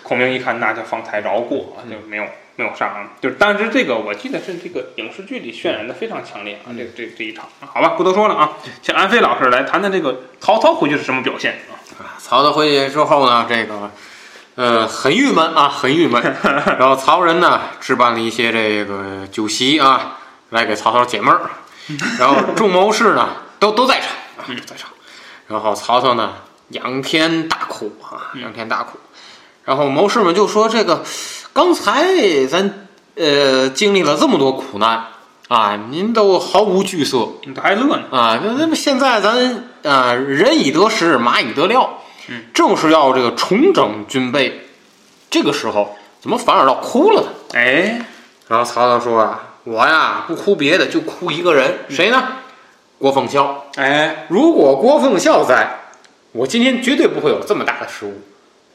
Speaker 1: 孔明一看，那就方才饶过，就没有没有上啊。就是当时这个，我记得是这个影视剧里渲染的非常强烈啊。这这这一场，好吧，不多说了啊。请安飞老师来谈谈这个曹操回去是什么表现啊？
Speaker 3: 曹操回去之后呢，这个呃很郁闷啊，很郁闷。然后曹仁呢置办了一些这个酒席啊，来给曹操解闷儿。然后众谋士呢都都在场啊，都在场。然后曹操呢仰天大哭啊，仰天大哭。然后谋士们就说：“这个刚才咱呃经历了这么多苦难啊，您都毫无惧色，
Speaker 1: 你还乐呢？
Speaker 3: 啊，那那么现在咱啊，人以得食，马以得料，
Speaker 1: 嗯，
Speaker 3: 正是要这个重整军备，这个时候怎么反而倒哭了呢？
Speaker 1: 哎，
Speaker 3: 然后曹操说啊，我呀不哭别的，就哭一个人，嗯谁呢？郭奉孝。
Speaker 1: 哎，
Speaker 3: 如果郭奉孝在，我今天绝对不会有这么大的失误，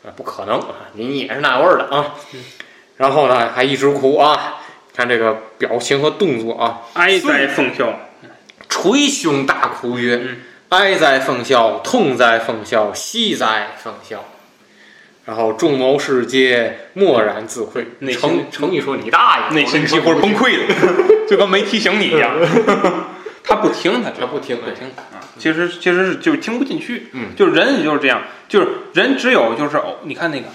Speaker 3: 啊，不可能啊，您也是那味儿的啊。然后呢，还一直哭啊，看这个表情和动作啊，
Speaker 1: 哀哉奉孝，
Speaker 3: 捶胸大哭曰
Speaker 1: 嗯：“
Speaker 3: 哀哉奉孝，痛哉奉孝，惜哉奉孝！”然后众谋世界，默然自愧。
Speaker 1: 内心
Speaker 3: 成成义说：“你大爷！”
Speaker 1: 内心几乎是崩溃 (laughs) 的，就跟没提醒你一样。 (laughs) 他不听，他知
Speaker 3: 他
Speaker 1: 道
Speaker 3: 不听，不听。
Speaker 1: 其实其实是就是听不进去，
Speaker 3: 嗯
Speaker 1: 就是人也就是这样，就是人只有就是哦，你看那个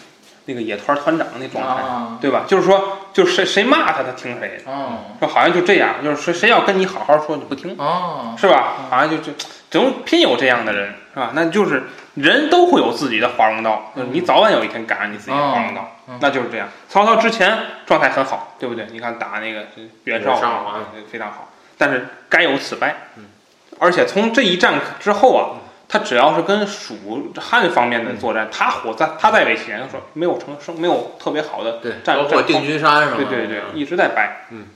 Speaker 1: 那个野团团长那状态，
Speaker 2: 啊，
Speaker 1: 对吧？就是说，就是谁谁骂他，他听谁的，
Speaker 2: 哦
Speaker 1: 就好像就这样，就是谁谁要跟你好好说，你不听，
Speaker 2: 哦，
Speaker 1: 是吧？好像就就总偏有这样的人，是吧？那就是人都会有自己的华容道，就是
Speaker 3: 嗯
Speaker 1: 你早晚有一天赶上你自己的华
Speaker 3: 哦
Speaker 1: 容道
Speaker 2: 嗯嗯，
Speaker 1: 那就是这样。曹操之前状态很好，对不对？你看打那个袁绍
Speaker 3: 袁绍嗯啊，
Speaker 1: 对非常好，但是该有此败。而且从这一战之后啊，
Speaker 3: 嗯
Speaker 1: 他只要是跟蜀汉方面的作战，他火在他在位期间说没有成胜，没有特别好的
Speaker 3: 对，
Speaker 1: 战
Speaker 3: 包括定军山什么
Speaker 1: 对
Speaker 3: 的。
Speaker 1: 对对，一直在掰，
Speaker 3: 啊嗯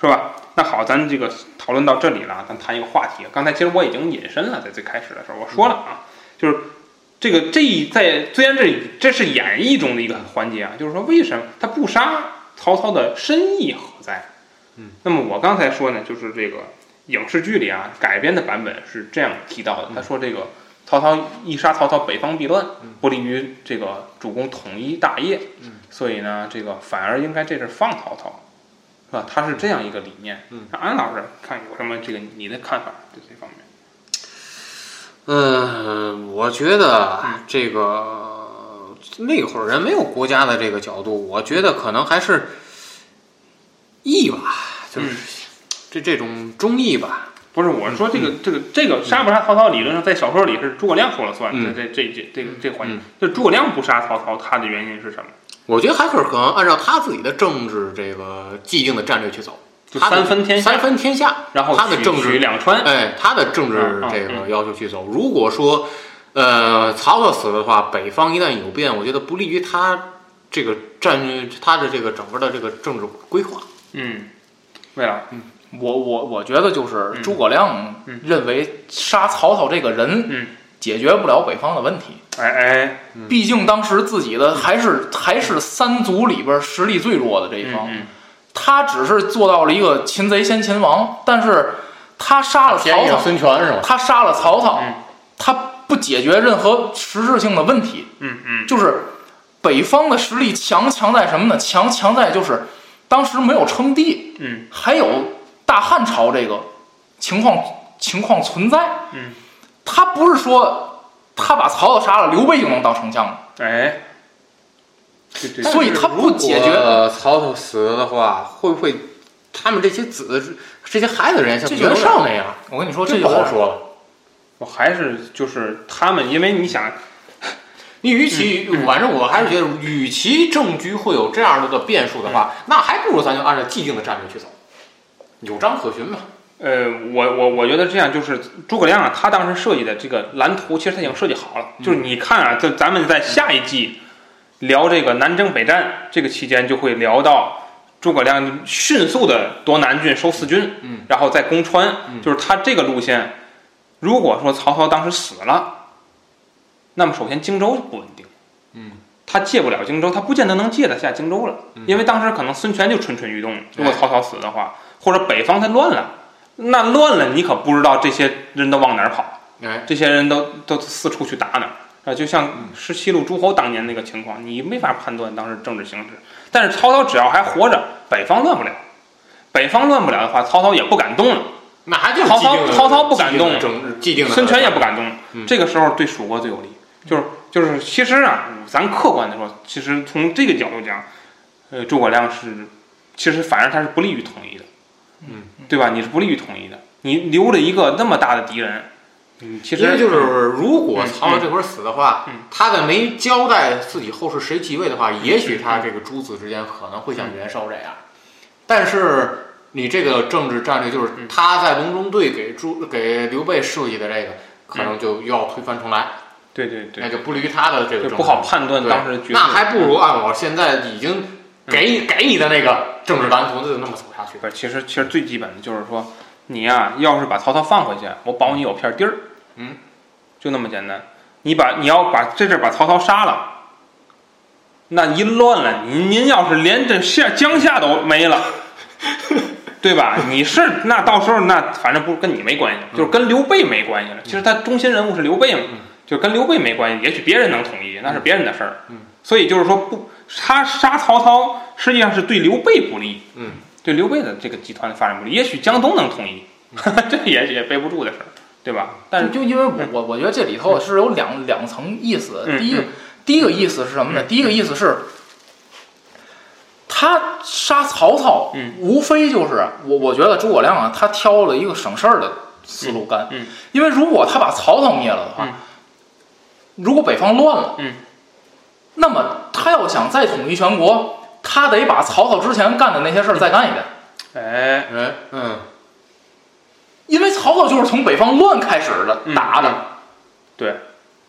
Speaker 1: 是吧？那好，咱这个讨论到这里了，咱谈一个话题。啊刚才其实我已经引申了，在最开始的时候我说了
Speaker 3: 嗯
Speaker 1: 啊，就是这个这一在虽然这这是演义中的一个环节啊，就是说为什么他不杀曹操的深意何在？
Speaker 3: 嗯，
Speaker 1: 那么我刚才说呢，就是这个影视剧里啊改编的版本是这样提到的，他说这个曹操一杀曹操，北方必乱
Speaker 3: 嗯，
Speaker 1: 不利于这个主公统一大业，
Speaker 3: 嗯
Speaker 1: 所以呢，这个反而应该这是放曹操，是吧？他是这样一个理念。
Speaker 3: 嗯
Speaker 1: 那安老师看有什么这个你的看法对这方面？
Speaker 3: 嗯，我觉得
Speaker 1: 嗯
Speaker 3: 这个那会儿人没有国家的这个角度，我觉得可能还是义吧，就是
Speaker 1: 嗯
Speaker 3: 这这种忠义吧。
Speaker 1: 不是我说这个、这个这个杀不杀曹操，理论上在小说里是诸葛亮说了算。
Speaker 3: 嗯
Speaker 1: 这这这这这个这个环节，
Speaker 3: 嗯
Speaker 1: 就诸葛亮不杀曹操，他的原因是什么？
Speaker 3: 我觉得还是可能按照他自己的政治这个既定的战略去走，
Speaker 1: 就
Speaker 3: 他的
Speaker 1: 三分天下，
Speaker 3: 三分天下。
Speaker 1: 然后
Speaker 3: 他的
Speaker 1: 取
Speaker 3: 政治
Speaker 1: 取两川，
Speaker 3: 哎，他的政治
Speaker 1: 嗯嗯
Speaker 3: 这个要求去走。如果说，呃，曹操死了的话，北方一旦有变，我觉得不利于他这个战略，他的这个整个的这个政治规划。
Speaker 1: 嗯，为了
Speaker 2: 我我我觉得就是
Speaker 1: 嗯
Speaker 2: 诸葛亮
Speaker 1: 嗯
Speaker 2: 认为杀曹操这个人，
Speaker 1: 嗯
Speaker 2: 解决不了北方的问题。
Speaker 1: 哎哎，
Speaker 3: 嗯
Speaker 2: 毕竟当时自己的还是还是三足里边实力最弱的这一
Speaker 1: 嗯
Speaker 2: 方，
Speaker 1: 嗯
Speaker 2: 他只是做到了一个擒贼先擒王，但是他杀了
Speaker 3: 啊
Speaker 2: 曹操，
Speaker 3: 孙权是吧？
Speaker 2: 他杀了曹操，
Speaker 1: 嗯
Speaker 2: 他不解决任何实质性的问题，
Speaker 1: 嗯嗯，
Speaker 2: 就是北方的实力强强在什么呢？强强在就是当时没有称帝，
Speaker 1: 嗯，
Speaker 2: 还有大汉朝这个情况情况存在，
Speaker 1: 嗯，
Speaker 2: 他不是说他把曹操杀了，刘备就能当丞相的，
Speaker 1: 哎，对对，
Speaker 2: 所以他不解决
Speaker 3: 曹操死了的话，会不会他们这些子、这些孩子人像
Speaker 2: 这就有
Speaker 3: 袁绍那样，
Speaker 2: 我跟你说，这
Speaker 3: 这
Speaker 2: 就
Speaker 3: 不
Speaker 2: 有
Speaker 3: 好
Speaker 2: 点
Speaker 3: 说了。
Speaker 1: 我还是就是他们，因为你想，
Speaker 3: 你与其，
Speaker 1: 嗯
Speaker 3: 反正我还是觉得，与其政局会有这样的个变数的话，
Speaker 1: 嗯
Speaker 3: 那还不如咱就按照既定的战略去走，有章可循嘛。
Speaker 1: 呃，我我我觉得这样就是诸葛亮啊，他当时设计的这个蓝图，其实他已经设计好了。
Speaker 3: 嗯
Speaker 1: 就是你看啊，就咱们在下一季聊这个南征北战这个期间，就会聊到诸葛亮迅速的夺南郡、收四军，
Speaker 3: 嗯，
Speaker 1: 然后再攻川，
Speaker 3: 嗯
Speaker 1: 就是他这个路线。如果说曹操当时死了，那么首先荆州不稳定，
Speaker 3: 嗯，
Speaker 1: 他借不了荆州，他不见得能借得下荆州了，
Speaker 3: 嗯
Speaker 1: 因为当时可能孙权就蠢蠢欲动了。如果
Speaker 3: 哎
Speaker 1: 曹操死的话，或者北方他乱了。那乱了，你可不知道这些人都往哪儿跑，
Speaker 3: 哎，
Speaker 1: 这些人都都四处去打哪儿啊！就像十七路诸侯当年那个情况，你没法判断当时政治形势。但是曹操只要还活着，北方乱不了，北方乱不了的话，曹操也不敢动了，
Speaker 3: 那还就是
Speaker 1: 曹操
Speaker 3: 既定的
Speaker 1: 曹操不敢动
Speaker 3: 既定的政既定的
Speaker 1: 孙权也不敢动了
Speaker 3: 嗯。
Speaker 1: 这个时候对蜀国最有利，就是就是，其实啊，咱客观的说，其实从这个角度讲，呃，诸葛亮是其实反而他是不利于统一的，
Speaker 3: 嗯，
Speaker 1: 对吧？你是不利于统一的，你留了一个那么大的敌人，嗯，其实
Speaker 3: 因为就是，如果曹操这会儿死的话，
Speaker 1: 嗯嗯
Speaker 3: 他在没交代自己后世谁继位的话，也许他这个诸子之间可能会像袁绍这样，但是你这个政治战略就是
Speaker 1: 嗯
Speaker 3: 他在隆中对给诸给刘备设计的这个，
Speaker 1: 嗯
Speaker 3: 可能就又要推翻重来，
Speaker 1: 对对对
Speaker 3: 那，就不利于他的这个
Speaker 1: 就
Speaker 3: 政
Speaker 1: 不好判断
Speaker 3: 哎对
Speaker 1: 当时的局势。
Speaker 3: 治。那还不如按我现在已经给给你的那个政治蓝图，那就那么走下去。
Speaker 1: 不是，其实其实最基本的就是说，你呀、要是把曹操放回去，我保你有片地儿，
Speaker 3: 嗯，
Speaker 1: 就那么简单。你把你要把这阵儿把曹操杀了，那一乱了，您您要是连这下江夏都没了。对吧？你是那到时候那反正不跟你没关系，就是跟刘备没关系了。其实他中心人物是刘备嘛，
Speaker 3: 嗯
Speaker 1: 就是跟刘备没关系。也许别人能统一，那是别人的事儿。
Speaker 3: 嗯
Speaker 1: 所以就是说不，他杀曹操实际上是对刘备不利，
Speaker 3: 嗯，
Speaker 1: 对刘备的这个集团的发展不利。也许江东能同意，
Speaker 3: 嗯
Speaker 1: (laughs) 这也也背不住的事儿，对吧？但是
Speaker 2: 就就因为我我我觉得这里头是有两两层意思。
Speaker 1: 嗯
Speaker 2: 第一个第一个意思是什么呢？第一个意思是，他杀曹操
Speaker 1: 嗯，
Speaker 2: 无非就是我我觉得诸葛亮啊，他挑了一个省事儿的思路干
Speaker 1: 嗯嗯。
Speaker 2: 因为如果他把曹操灭了的话
Speaker 1: 嗯，
Speaker 2: 如果北方乱了
Speaker 1: 嗯，
Speaker 2: 那么他要想再统一全国，他得把曹操之前干的那些事儿再干一遍。
Speaker 1: 哎，
Speaker 3: 哎，嗯，
Speaker 2: 因为曹操就是从北方乱开始的
Speaker 1: 嗯
Speaker 2: 打的，
Speaker 1: 对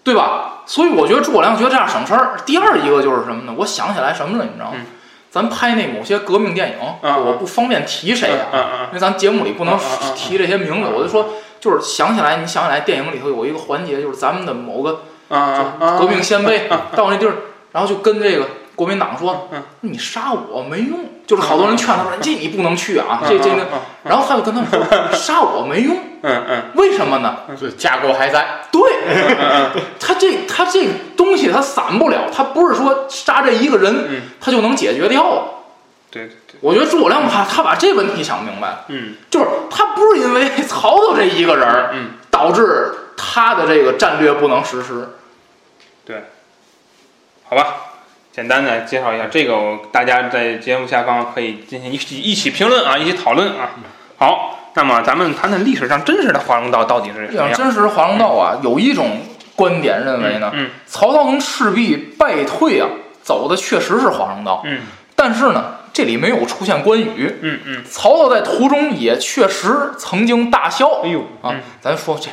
Speaker 2: 对吧？所以我觉得诸葛亮觉得这样省事儿。第二一个就是什么呢？我想起来什么了，你知道吗？
Speaker 1: 嗯
Speaker 2: 咱拍那某些革命电影，
Speaker 1: 啊
Speaker 2: 我不方便提谁啊，
Speaker 1: 嗯嗯
Speaker 2: 因为咱节目里不能
Speaker 1: 啊啊啊啊
Speaker 2: 提这些名
Speaker 1: 啊
Speaker 2: 字。
Speaker 1: 啊
Speaker 2: 我就说，就是想起来，你想起来电影里头有一个环节，就是咱们的某个
Speaker 1: 嗯啊啊，
Speaker 2: 革命先辈
Speaker 1: 啊啊
Speaker 2: 到那地儿，然后就跟这个国民党说
Speaker 1: 嗯嗯：“嗯
Speaker 2: 你杀我没用。”就是好多人劝他说：“这你不能去啊，这这个。”然后他就跟他
Speaker 1: (laughs)
Speaker 2: 们说：“杀我没用，
Speaker 1: 嗯嗯
Speaker 2: 为什么呢？
Speaker 3: 这架构还在，
Speaker 2: 对
Speaker 1: (laughs) 嗯
Speaker 2: 他这他这个东西他散不了，他不是说杀这一个人
Speaker 1: 嗯，
Speaker 2: 他就能解决掉。啊
Speaker 1: 对对对，
Speaker 2: 我觉得诸葛亮他他把这问题想明白了，
Speaker 1: 嗯
Speaker 2: 就是他不是因为 (laughs) 曹操这一个人儿
Speaker 1: 嗯
Speaker 2: 导致他的这个战略不能实施。
Speaker 1: 对，好吧。简单的介绍一下这个，我大家在节目下方可以进行一起一起评论啊，一起讨论啊。
Speaker 2: 嗯
Speaker 1: 好，那么咱们谈谈历史上真实的华容道到底是什么样？
Speaker 2: 真实华容道啊，有一种观点认为呢，
Speaker 1: 嗯
Speaker 2: 曹操能赤壁败退啊，走的确实是华容道，
Speaker 1: 嗯
Speaker 2: 但是呢，这里没有出现关羽。
Speaker 1: 嗯嗯，
Speaker 2: 曹操在途中也确实曾经大笑
Speaker 1: 哎，呦
Speaker 2: 啊，咱说这，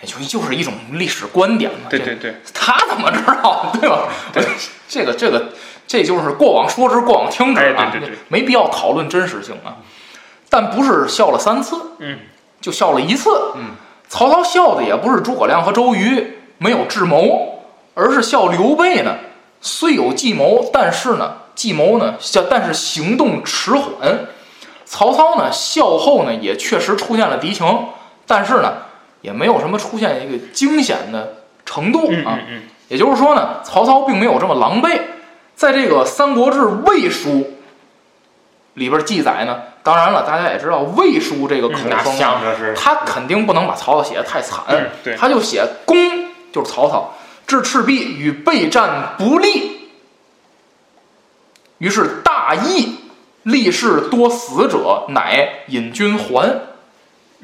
Speaker 2: 哎，就就是一种历史观点嘛。
Speaker 1: 对
Speaker 2: 这
Speaker 1: 对对，
Speaker 2: 他怎么知道， (laughs) 对吧？
Speaker 1: 对
Speaker 2: 这个这个，这就是过往说之，过往听之啊，
Speaker 1: 哎对对对
Speaker 2: 没必要讨论真实性啊。但不是笑了三次，
Speaker 1: 嗯，
Speaker 2: 就笑了一次。
Speaker 3: 嗯，
Speaker 2: 曹操笑的也不是诸葛亮和周瑜没有智谋，而是笑刘备呢，虽有计谋，但是呢，计谋呢，叫但是行动迟缓。曹操呢，笑后呢，也确实出现了敌情，但是呢，也没有什么出现一个惊险的程度
Speaker 1: 嗯
Speaker 2: 啊。
Speaker 1: 嗯嗯，
Speaker 2: 也就是说呢，曹操并没有这么狼狈。在这个《三国志·魏书》里边记载呢，当然了，大家也知道《魏书》这个口
Speaker 1: 嗯
Speaker 2: 风啊、
Speaker 3: 着是
Speaker 2: 他肯定不能把曹操写得太惨，
Speaker 1: 嗯对
Speaker 2: 他就写公就是曹操至赤壁与备战不利，于是大义立誓多死者，乃引军还。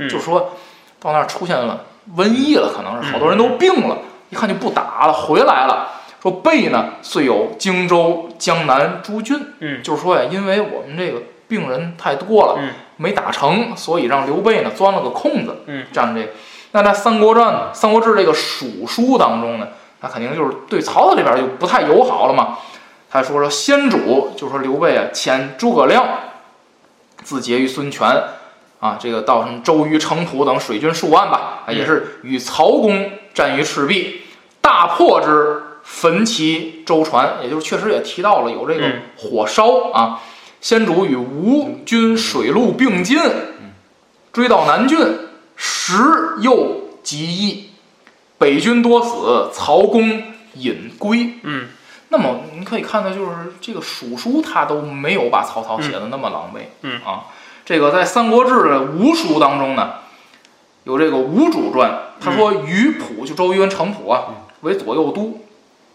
Speaker 1: 嗯
Speaker 2: 就说到那儿出现了瘟疫了，可能是好多人都病
Speaker 1: 嗯
Speaker 2: 了，一看就不打了，回来了。说备呢，虽有荆州、江南诸郡，
Speaker 1: 嗯
Speaker 2: 就是说呀，因为我们这个病人太多了，
Speaker 1: 嗯
Speaker 2: 没打成，所以让刘备呢钻了个空子，
Speaker 1: 嗯，
Speaker 2: 占这个。那在《三国战》《三国志》这个蜀书当中呢，那肯定就是对曹操这边就不太友好了嘛。他说说先主，就说刘备啊，遣诸葛亮自结于孙权，啊，这个到什么周瑜、程普等水军数万吧，
Speaker 1: 嗯
Speaker 2: 啊，也是与曹公战于赤壁，大破之，焚其舟船，也就是确实也提到了有这个
Speaker 1: 嗯
Speaker 2: 火烧啊。先主与吴军水陆并进，追到南郡，时又及役，北军多死，曹公引归。
Speaker 1: 嗯
Speaker 2: 那么你可以看到，就是这个蜀书他都没有把曹操写的那么狼狈，
Speaker 1: 嗯
Speaker 2: 啊，这个在《三国志》的吴书当中呢，有这个《吴主传》，他说
Speaker 1: 嗯
Speaker 2: 于普就周瑜跟程普啊为左右都，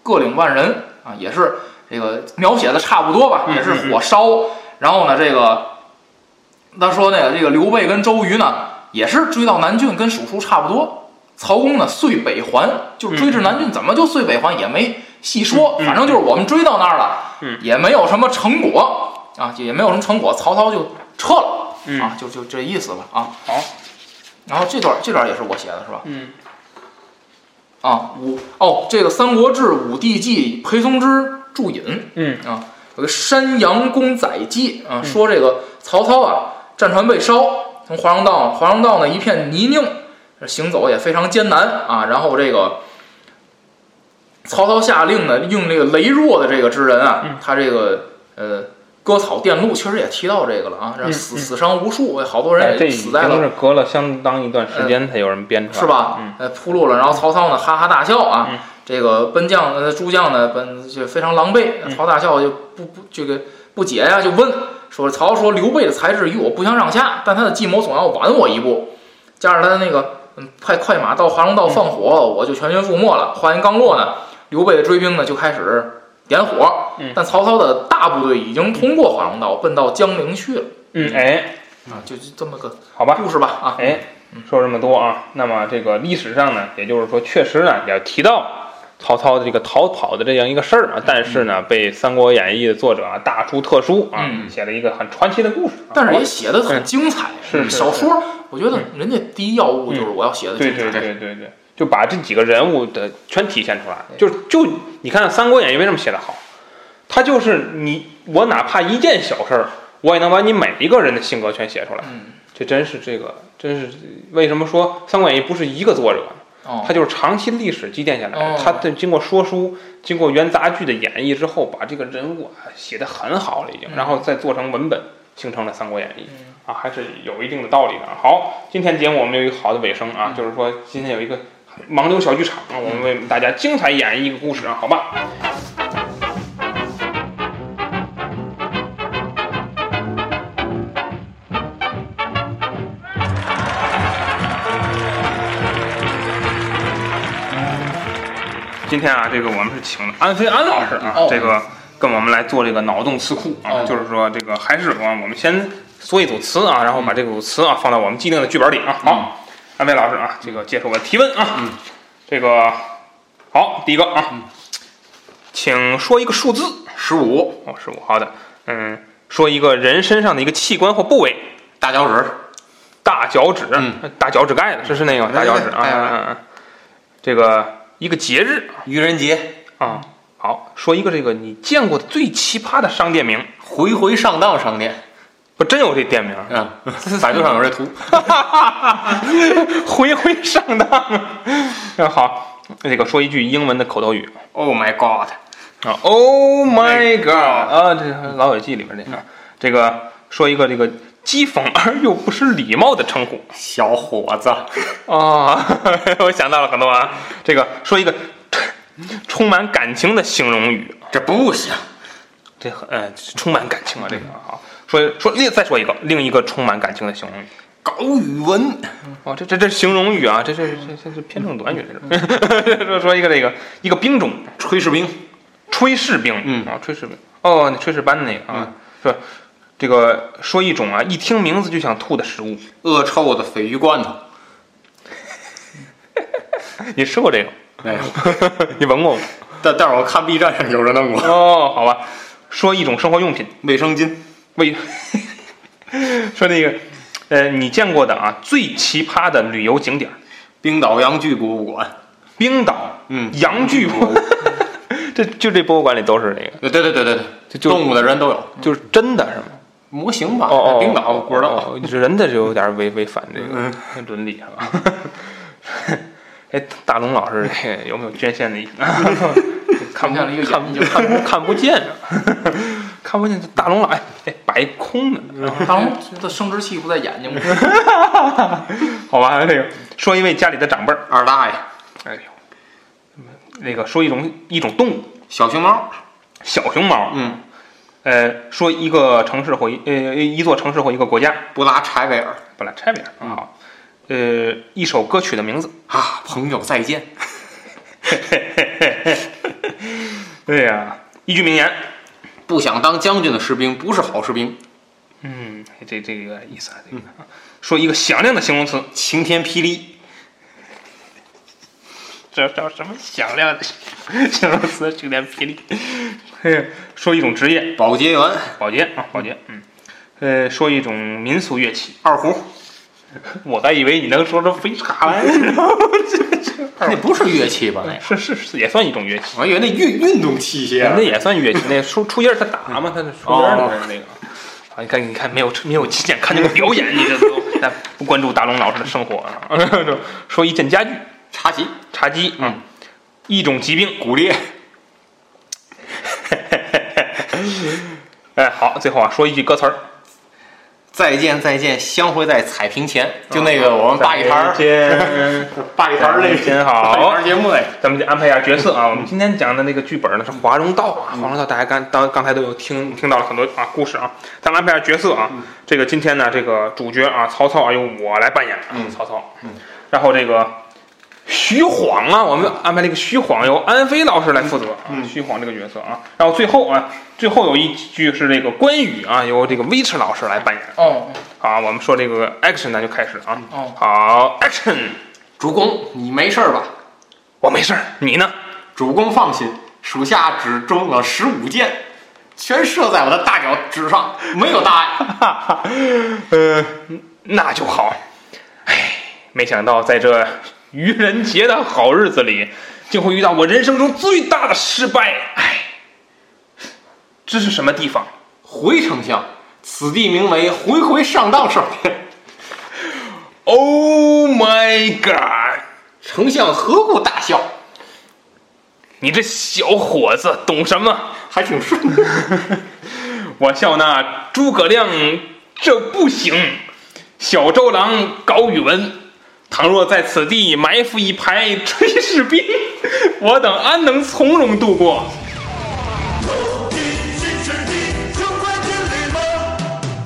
Speaker 2: 各领万人啊，也是这个描写的差不多吧，
Speaker 1: 嗯
Speaker 2: 也是
Speaker 1: 嗯嗯
Speaker 2: 火烧，然后呢，这个他说那个这个刘备跟周瑜呢也是追到南郡，跟蜀书差不多。曹公呢遂北还，就是追至南郡，怎么就遂北还也没细说，
Speaker 1: 嗯嗯嗯
Speaker 2: 反正就是我们追到那儿了，
Speaker 1: 嗯
Speaker 2: 也没有什么成果啊，也没有什么成果，曹操就撤了、
Speaker 1: 嗯
Speaker 2: 啊，就就这意思吧啊。
Speaker 1: 好，
Speaker 2: 然后这段这段也是我写的是吧？
Speaker 1: 嗯
Speaker 2: 啊，武哦，这个《三国志·武帝纪》裴松之注引，啊
Speaker 1: 嗯
Speaker 2: 有个《山阳公载记》啊，说这个曹操啊，战船被烧，从华容道，华容道呢一片泥泞，行走也非常艰难啊。然后这个曹操下令呢，用这个羸弱的这个之人啊
Speaker 1: 嗯，
Speaker 2: 他这个呃割草电路，确实也提到这个了啊，让
Speaker 1: 嗯
Speaker 2: 死
Speaker 1: 嗯
Speaker 2: 死伤无数，好多
Speaker 1: 哎
Speaker 2: 人
Speaker 1: 这
Speaker 2: 也
Speaker 1: 已
Speaker 2: 死
Speaker 1: 经
Speaker 2: 在了嗯
Speaker 1: 是隔了相当一段时间才有人编出来，
Speaker 2: 是吧？
Speaker 1: 嗯
Speaker 2: 呃，铺路了，然后曹操呢哈哈大笑啊。
Speaker 1: 嗯
Speaker 2: 这个奔将呃诸将呢奔就非常狼狈，
Speaker 1: 嗯
Speaker 2: 曹大笑就不不这个不解呀、就问说曹说刘备的才智与我不相上下，但他的计谋总要晚我一步，加上他的那个嗯快快马到华容道放火，
Speaker 1: 嗯
Speaker 2: 我就全军覆没了。话音刚落呢，刘备的追兵呢就开始点火，
Speaker 1: 嗯
Speaker 2: 但曹操的大部队已经通过华容道奔到江陵去了
Speaker 1: 嗯，哎，
Speaker 2: 啊，就就这么个
Speaker 1: 好吧，
Speaker 2: 故事吧啊，
Speaker 1: 哎，说这么多啊，那么这个历史上呢，也就是说，确实呢也提到曹操的这个逃跑的这样一个事儿啊，但是呢，被《三国演义》的作者啊大书特书啊，
Speaker 2: 嗯
Speaker 1: 写了一个很传奇的故事啊、
Speaker 2: 但是
Speaker 1: 好吧
Speaker 2: 也写的很精彩。
Speaker 1: 是是是
Speaker 2: 小说，我觉得人家第一要务就是我要写的精
Speaker 1: 对
Speaker 2: 彩。
Speaker 1: 对对对对，就把这几个人物的全体现出来。就就你看《三国演义》为什么写得好？他就是你我哪怕一件小事儿，我也能把你每一个人的性格全写出来。
Speaker 2: 嗯，
Speaker 1: 这真是这个，真是为什么说《三国演义》不是一个作者，
Speaker 2: 哦，
Speaker 1: 它就是长期历史积淀下来
Speaker 2: 哦
Speaker 1: 的。它的经过说书，经过元杂剧的演绎之后，把这个人物啊写得很好了已经，
Speaker 2: 嗯
Speaker 1: 然后再做成文本，形成了《三国演义》。啊，还是有一定的道理的。啊好，今天节目我们有一个好的尾声啊，
Speaker 2: 嗯
Speaker 1: 就是说今天有一个盲流小剧场，我们为大家精彩演绎一个故事啊，好吧？今天啊，这个我们是请了安飞安老师啊，
Speaker 2: 哦
Speaker 1: 这个跟我们来做这个脑洞词库啊，
Speaker 2: 哦
Speaker 1: 就是说这个还是我我们先说一组词啊，然后把这组词啊放到我们既定的剧本里
Speaker 2: 嗯
Speaker 1: 啊。好，安飞老师啊，这个接受我的提问啊，这个好，第一个啊，请说一个数字
Speaker 3: 十五
Speaker 1: 哦，十五，好的，嗯，说一个人身上的一个器官或部位，
Speaker 3: 大脚趾，
Speaker 1: 大脚趾，
Speaker 3: 嗯
Speaker 1: 大脚趾盖子，这是那个
Speaker 3: 对哎
Speaker 1: 大脚趾
Speaker 3: 对
Speaker 1: 啊，
Speaker 3: 对
Speaker 1: 嗯嗯嗯，这个一个节日
Speaker 3: 愚人节，
Speaker 1: 啊。好，说一个这个你见过的最奇葩的商店名，
Speaker 3: 回回上当商店
Speaker 1: 不真有这店名， (laughs)
Speaker 3: 啊，百度上有这图。
Speaker 1: 回回上当啊！那 (laughs) 好，这个说一句英文的口头语
Speaker 3: Oh my god！
Speaker 1: 啊，Oh my god！啊，这是《老友记》里边那个，这个说一个这个讥讽而又不失礼貌的称呼
Speaker 3: 小伙子，
Speaker 1: 啊， (laughs) 我想到了很多啊，这个说一个 (laughs) 充满感情的形容语，
Speaker 3: 这不行。
Speaker 1: 这很呃充满感情啊，这个啊，说说另再说一个另一个充满感情的形容语。
Speaker 3: 搞语文，
Speaker 1: 哦，这这这形容语啊，这这这这是偏正短语， (laughs) 这是说说一个这个一个兵种，
Speaker 3: 炊事兵，
Speaker 1: 炊事兵，
Speaker 3: 嗯
Speaker 1: 啊，炊事兵，哦，那炊事班的那个啊，说这个说一种啊，一听名字就想吐的食物， (laughs)
Speaker 3: 恶臭的鲱鱼罐头。
Speaker 1: 你吃过这个？ (laughs)
Speaker 3: 没有，
Speaker 1: 你闻过吗？
Speaker 3: 哎但但是我看 B 站上有人弄过
Speaker 1: 哦，好吧，说一种生活用品，
Speaker 3: 卫生巾，
Speaker 1: 为 (laughs) 说那个呃，你见过的啊最奇葩的旅游景点儿，
Speaker 3: 冰岛洋剧博物馆。
Speaker 1: 冰岛
Speaker 3: 嗯，
Speaker 1: 洋剧博物， (laughs) 这就这博物馆里都是这个，
Speaker 3: 对对对对对，
Speaker 1: 就就
Speaker 3: 动物的人都有
Speaker 1: 就是真的是吗？
Speaker 3: 模型吧？哎
Speaker 1: 哦哦，
Speaker 3: 冰岛我不知道。
Speaker 1: 哦，这人的就有点违违反这个
Speaker 3: 嗯
Speaker 1: 伦理是吧？哎，大龙老师这个有没有捐献的
Speaker 3: (laughs)
Speaker 1: 意思？看不
Speaker 2: 像一个眼
Speaker 1: 看不
Speaker 2: 睛
Speaker 1: 看不看不见啊， (laughs) 看不见这大龙老哎哎白空的，
Speaker 2: 大龙的生殖器不
Speaker 1: (laughs)
Speaker 2: 在眼睛吗？
Speaker 1: 好吧？这个说一位家里的长辈儿，
Speaker 3: 二大爷，
Speaker 1: 哎呦，那个说一种一种动物
Speaker 3: 小熊猫。
Speaker 1: 小熊猫，啊
Speaker 3: 嗯，
Speaker 1: 呃，说一个城市或一呃一座城市或一个国家，
Speaker 3: 布拉柴维尔
Speaker 1: 本来拆不了
Speaker 3: 嗯
Speaker 1: 啊。呃，一首歌曲的名字，
Speaker 3: 啊，朋友再见。
Speaker 1: (laughs) 对呀、一句名言，
Speaker 3: 不想当将军的士兵不是好士兵。
Speaker 1: 嗯，这这个有点意思啊，这个、说一个响亮的形容词，
Speaker 3: 晴天霹雳，
Speaker 1: (laughs) 这叫什么响亮的 (laughs) 形容词？晴天霹雳。嘿，说一种职业，
Speaker 3: 保洁员，
Speaker 1: 保洁啊，保洁，嗯，呃，说一种民俗乐器，
Speaker 3: 二胡，
Speaker 1: 我还以为你能说出飞 (laughs) 叉来，
Speaker 3: 那不是乐器吧？那
Speaker 1: 是是是，也算一种乐器，
Speaker 3: 我还以为那运运动器械
Speaker 1: 那
Speaker 3: 啊。
Speaker 1: 也算乐器，那出出音儿他打嘛，他那出音儿
Speaker 3: 哦
Speaker 1: 那个。啊，你看，你看，没有没有起点，看这个表演，你这 (laughs) 都咱不关注大龙老师的生活啊。 (laughs) 说一件家具，
Speaker 3: 茶几，
Speaker 1: 茶几，嗯，一种疾病，(laughs)
Speaker 3: 骨裂，
Speaker 1: 哎，好，最后啊，说一句歌词儿，
Speaker 3: 再见再见，相会在彩屏前，就那个我们扒啊一摊儿
Speaker 1: 儿，
Speaker 3: 扒一摊儿那
Speaker 1: 真
Speaker 3: 扒一
Speaker 1: 哎好
Speaker 3: 摊。儿节目嘞，
Speaker 1: 咱们就安排一下角色啊。我们今天讲的那个剧本呢是华容道
Speaker 3: 嗯
Speaker 1: 啊，华容道大家刚当刚才都有听听到了很多啊故事啊。咱们安排一下角色啊，
Speaker 3: 嗯
Speaker 1: 这个今天呢这个主角啊曹操啊由我来扮演啊
Speaker 3: 嗯
Speaker 1: 曹操
Speaker 3: 嗯，
Speaker 1: 然后这个徐晃啊，我们安排了一个徐晃由安飞老师来负责啊
Speaker 3: 嗯
Speaker 1: 徐晃这个角色啊。然后最后啊最后有一句是这个关羽啊由这个威驰老师来扮演。
Speaker 2: 哦
Speaker 1: 好，我们说这个 action 那就开始啊。
Speaker 3: 嗯
Speaker 2: 哦，
Speaker 1: 好，action，
Speaker 3: 主公，你没事儿吧？
Speaker 1: 我没事儿，你呢？
Speaker 3: 主公放心，属下只中了十五箭，全射在我的大脚趾上，没有大碍。
Speaker 1: (laughs) 呃，那就好。哎，没想到在这愚人节的好日子里，竟会遇到我人生中最大的失败。哎，这是什么地方？
Speaker 3: 回丞相，此地名为回回上当少年。
Speaker 1: Oh my god！
Speaker 3: 丞相何故大笑？
Speaker 1: 你这小伙子懂什么？ (laughs)
Speaker 3: 还挺顺的。
Speaker 1: 我笑那诸葛亮这不行，小周郎搞语文。倘若在此地埋伏一排炊事兵，我等安能从容度过？
Speaker 4: 敌军是敌，雄关军旅吗？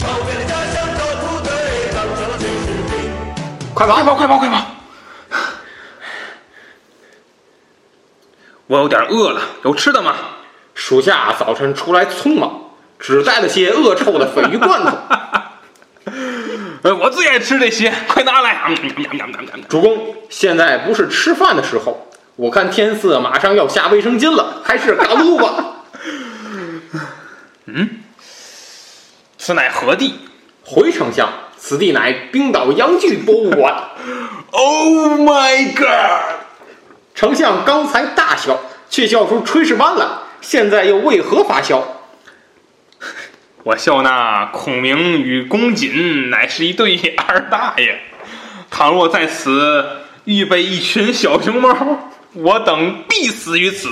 Speaker 4: 保卫了家乡的土地，当成了军士兵。
Speaker 1: 快跑！快跑！快跑！快跑！我有点饿了，有吃的吗？
Speaker 3: 属下早晨出来匆忙，只带了些恶臭的鲱鱼罐头。
Speaker 1: 呃，我最爱吃这些，快拿来！嗯嗯嗯嗯嗯嗯
Speaker 3: 主公，现在不是吃饭的时候，我看天色马上要下卫生巾了，还是赶路吧。
Speaker 1: 此乃何地
Speaker 3: 回丞相，此地乃冰岛洋剧博物馆。
Speaker 1: ？Oh my god！
Speaker 3: 丞相刚才大笑，却笑出炊事班来，现在又为何发笑？
Speaker 1: 我笑那孔明与公瑾乃是一对 (laughs) 二大爷，倘若在此预备一群小熊猫，我等必死于此。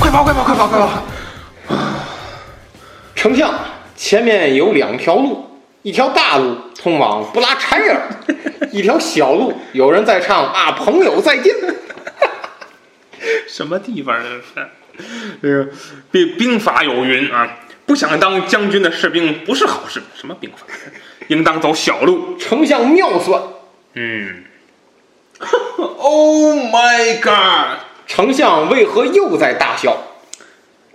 Speaker 1: 快跑！快跑！快跑！快跑！
Speaker 3: 丞相，前面有两条路，一条大路通往布拉柴尔，一条小路，有人在唱啊，朋友再见。
Speaker 1: 什么地方这是？ (laughs) 这个兵兵法有云啊，不想当将军的士兵不是好士兵。什么兵法？应当走小路。
Speaker 3: 丞相妙算，
Speaker 1: 嗯。oh my god！
Speaker 3: 丞相为何又在大笑？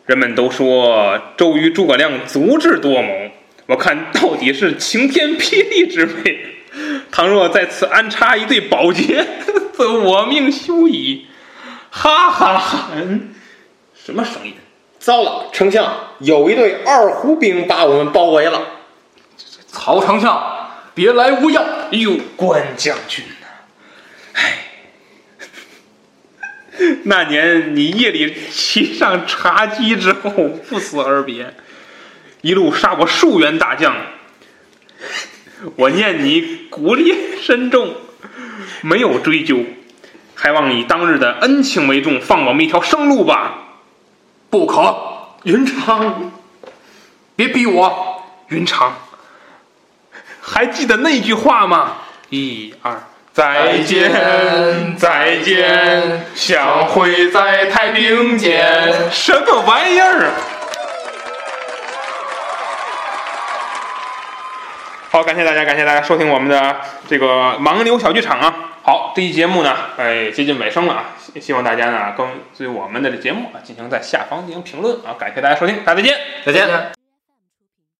Speaker 1: 人们都说周瑜、诸葛亮足智多谋，我看到底是晴天霹雳之辈。倘若在此安插一对宝剑， (laughs) 则我命休矣！哈哈哈！嗯，什么声音？
Speaker 3: 糟了，丞相，有一队二胡兵把我们包围了。
Speaker 2: 曹丞相，别来无恙。
Speaker 1: 哎呦，关将军呐、唉， (laughs) 那年你夜里骑上茶几之后不辞而别，一路杀我数员大将，我念你骨烈深重，没有追究，还望以当日的恩情为重，放我们一条生路吧。
Speaker 2: 不可，
Speaker 3: 云长，
Speaker 2: 别逼我。
Speaker 1: 云长，还记得那句话吗？一二，再见，再见，相会。
Speaker 2: 会在太平间。
Speaker 1: 什么玩意儿？啊好，感谢大家，感谢大家收听我们的这个盲流小剧场啊。好，这一节目呢，哎，接近尾声了啊，希希望大家呢，更对我们的这节目啊，进行在下方进行评论啊。感谢大家收听，大家再见。
Speaker 3: 再见。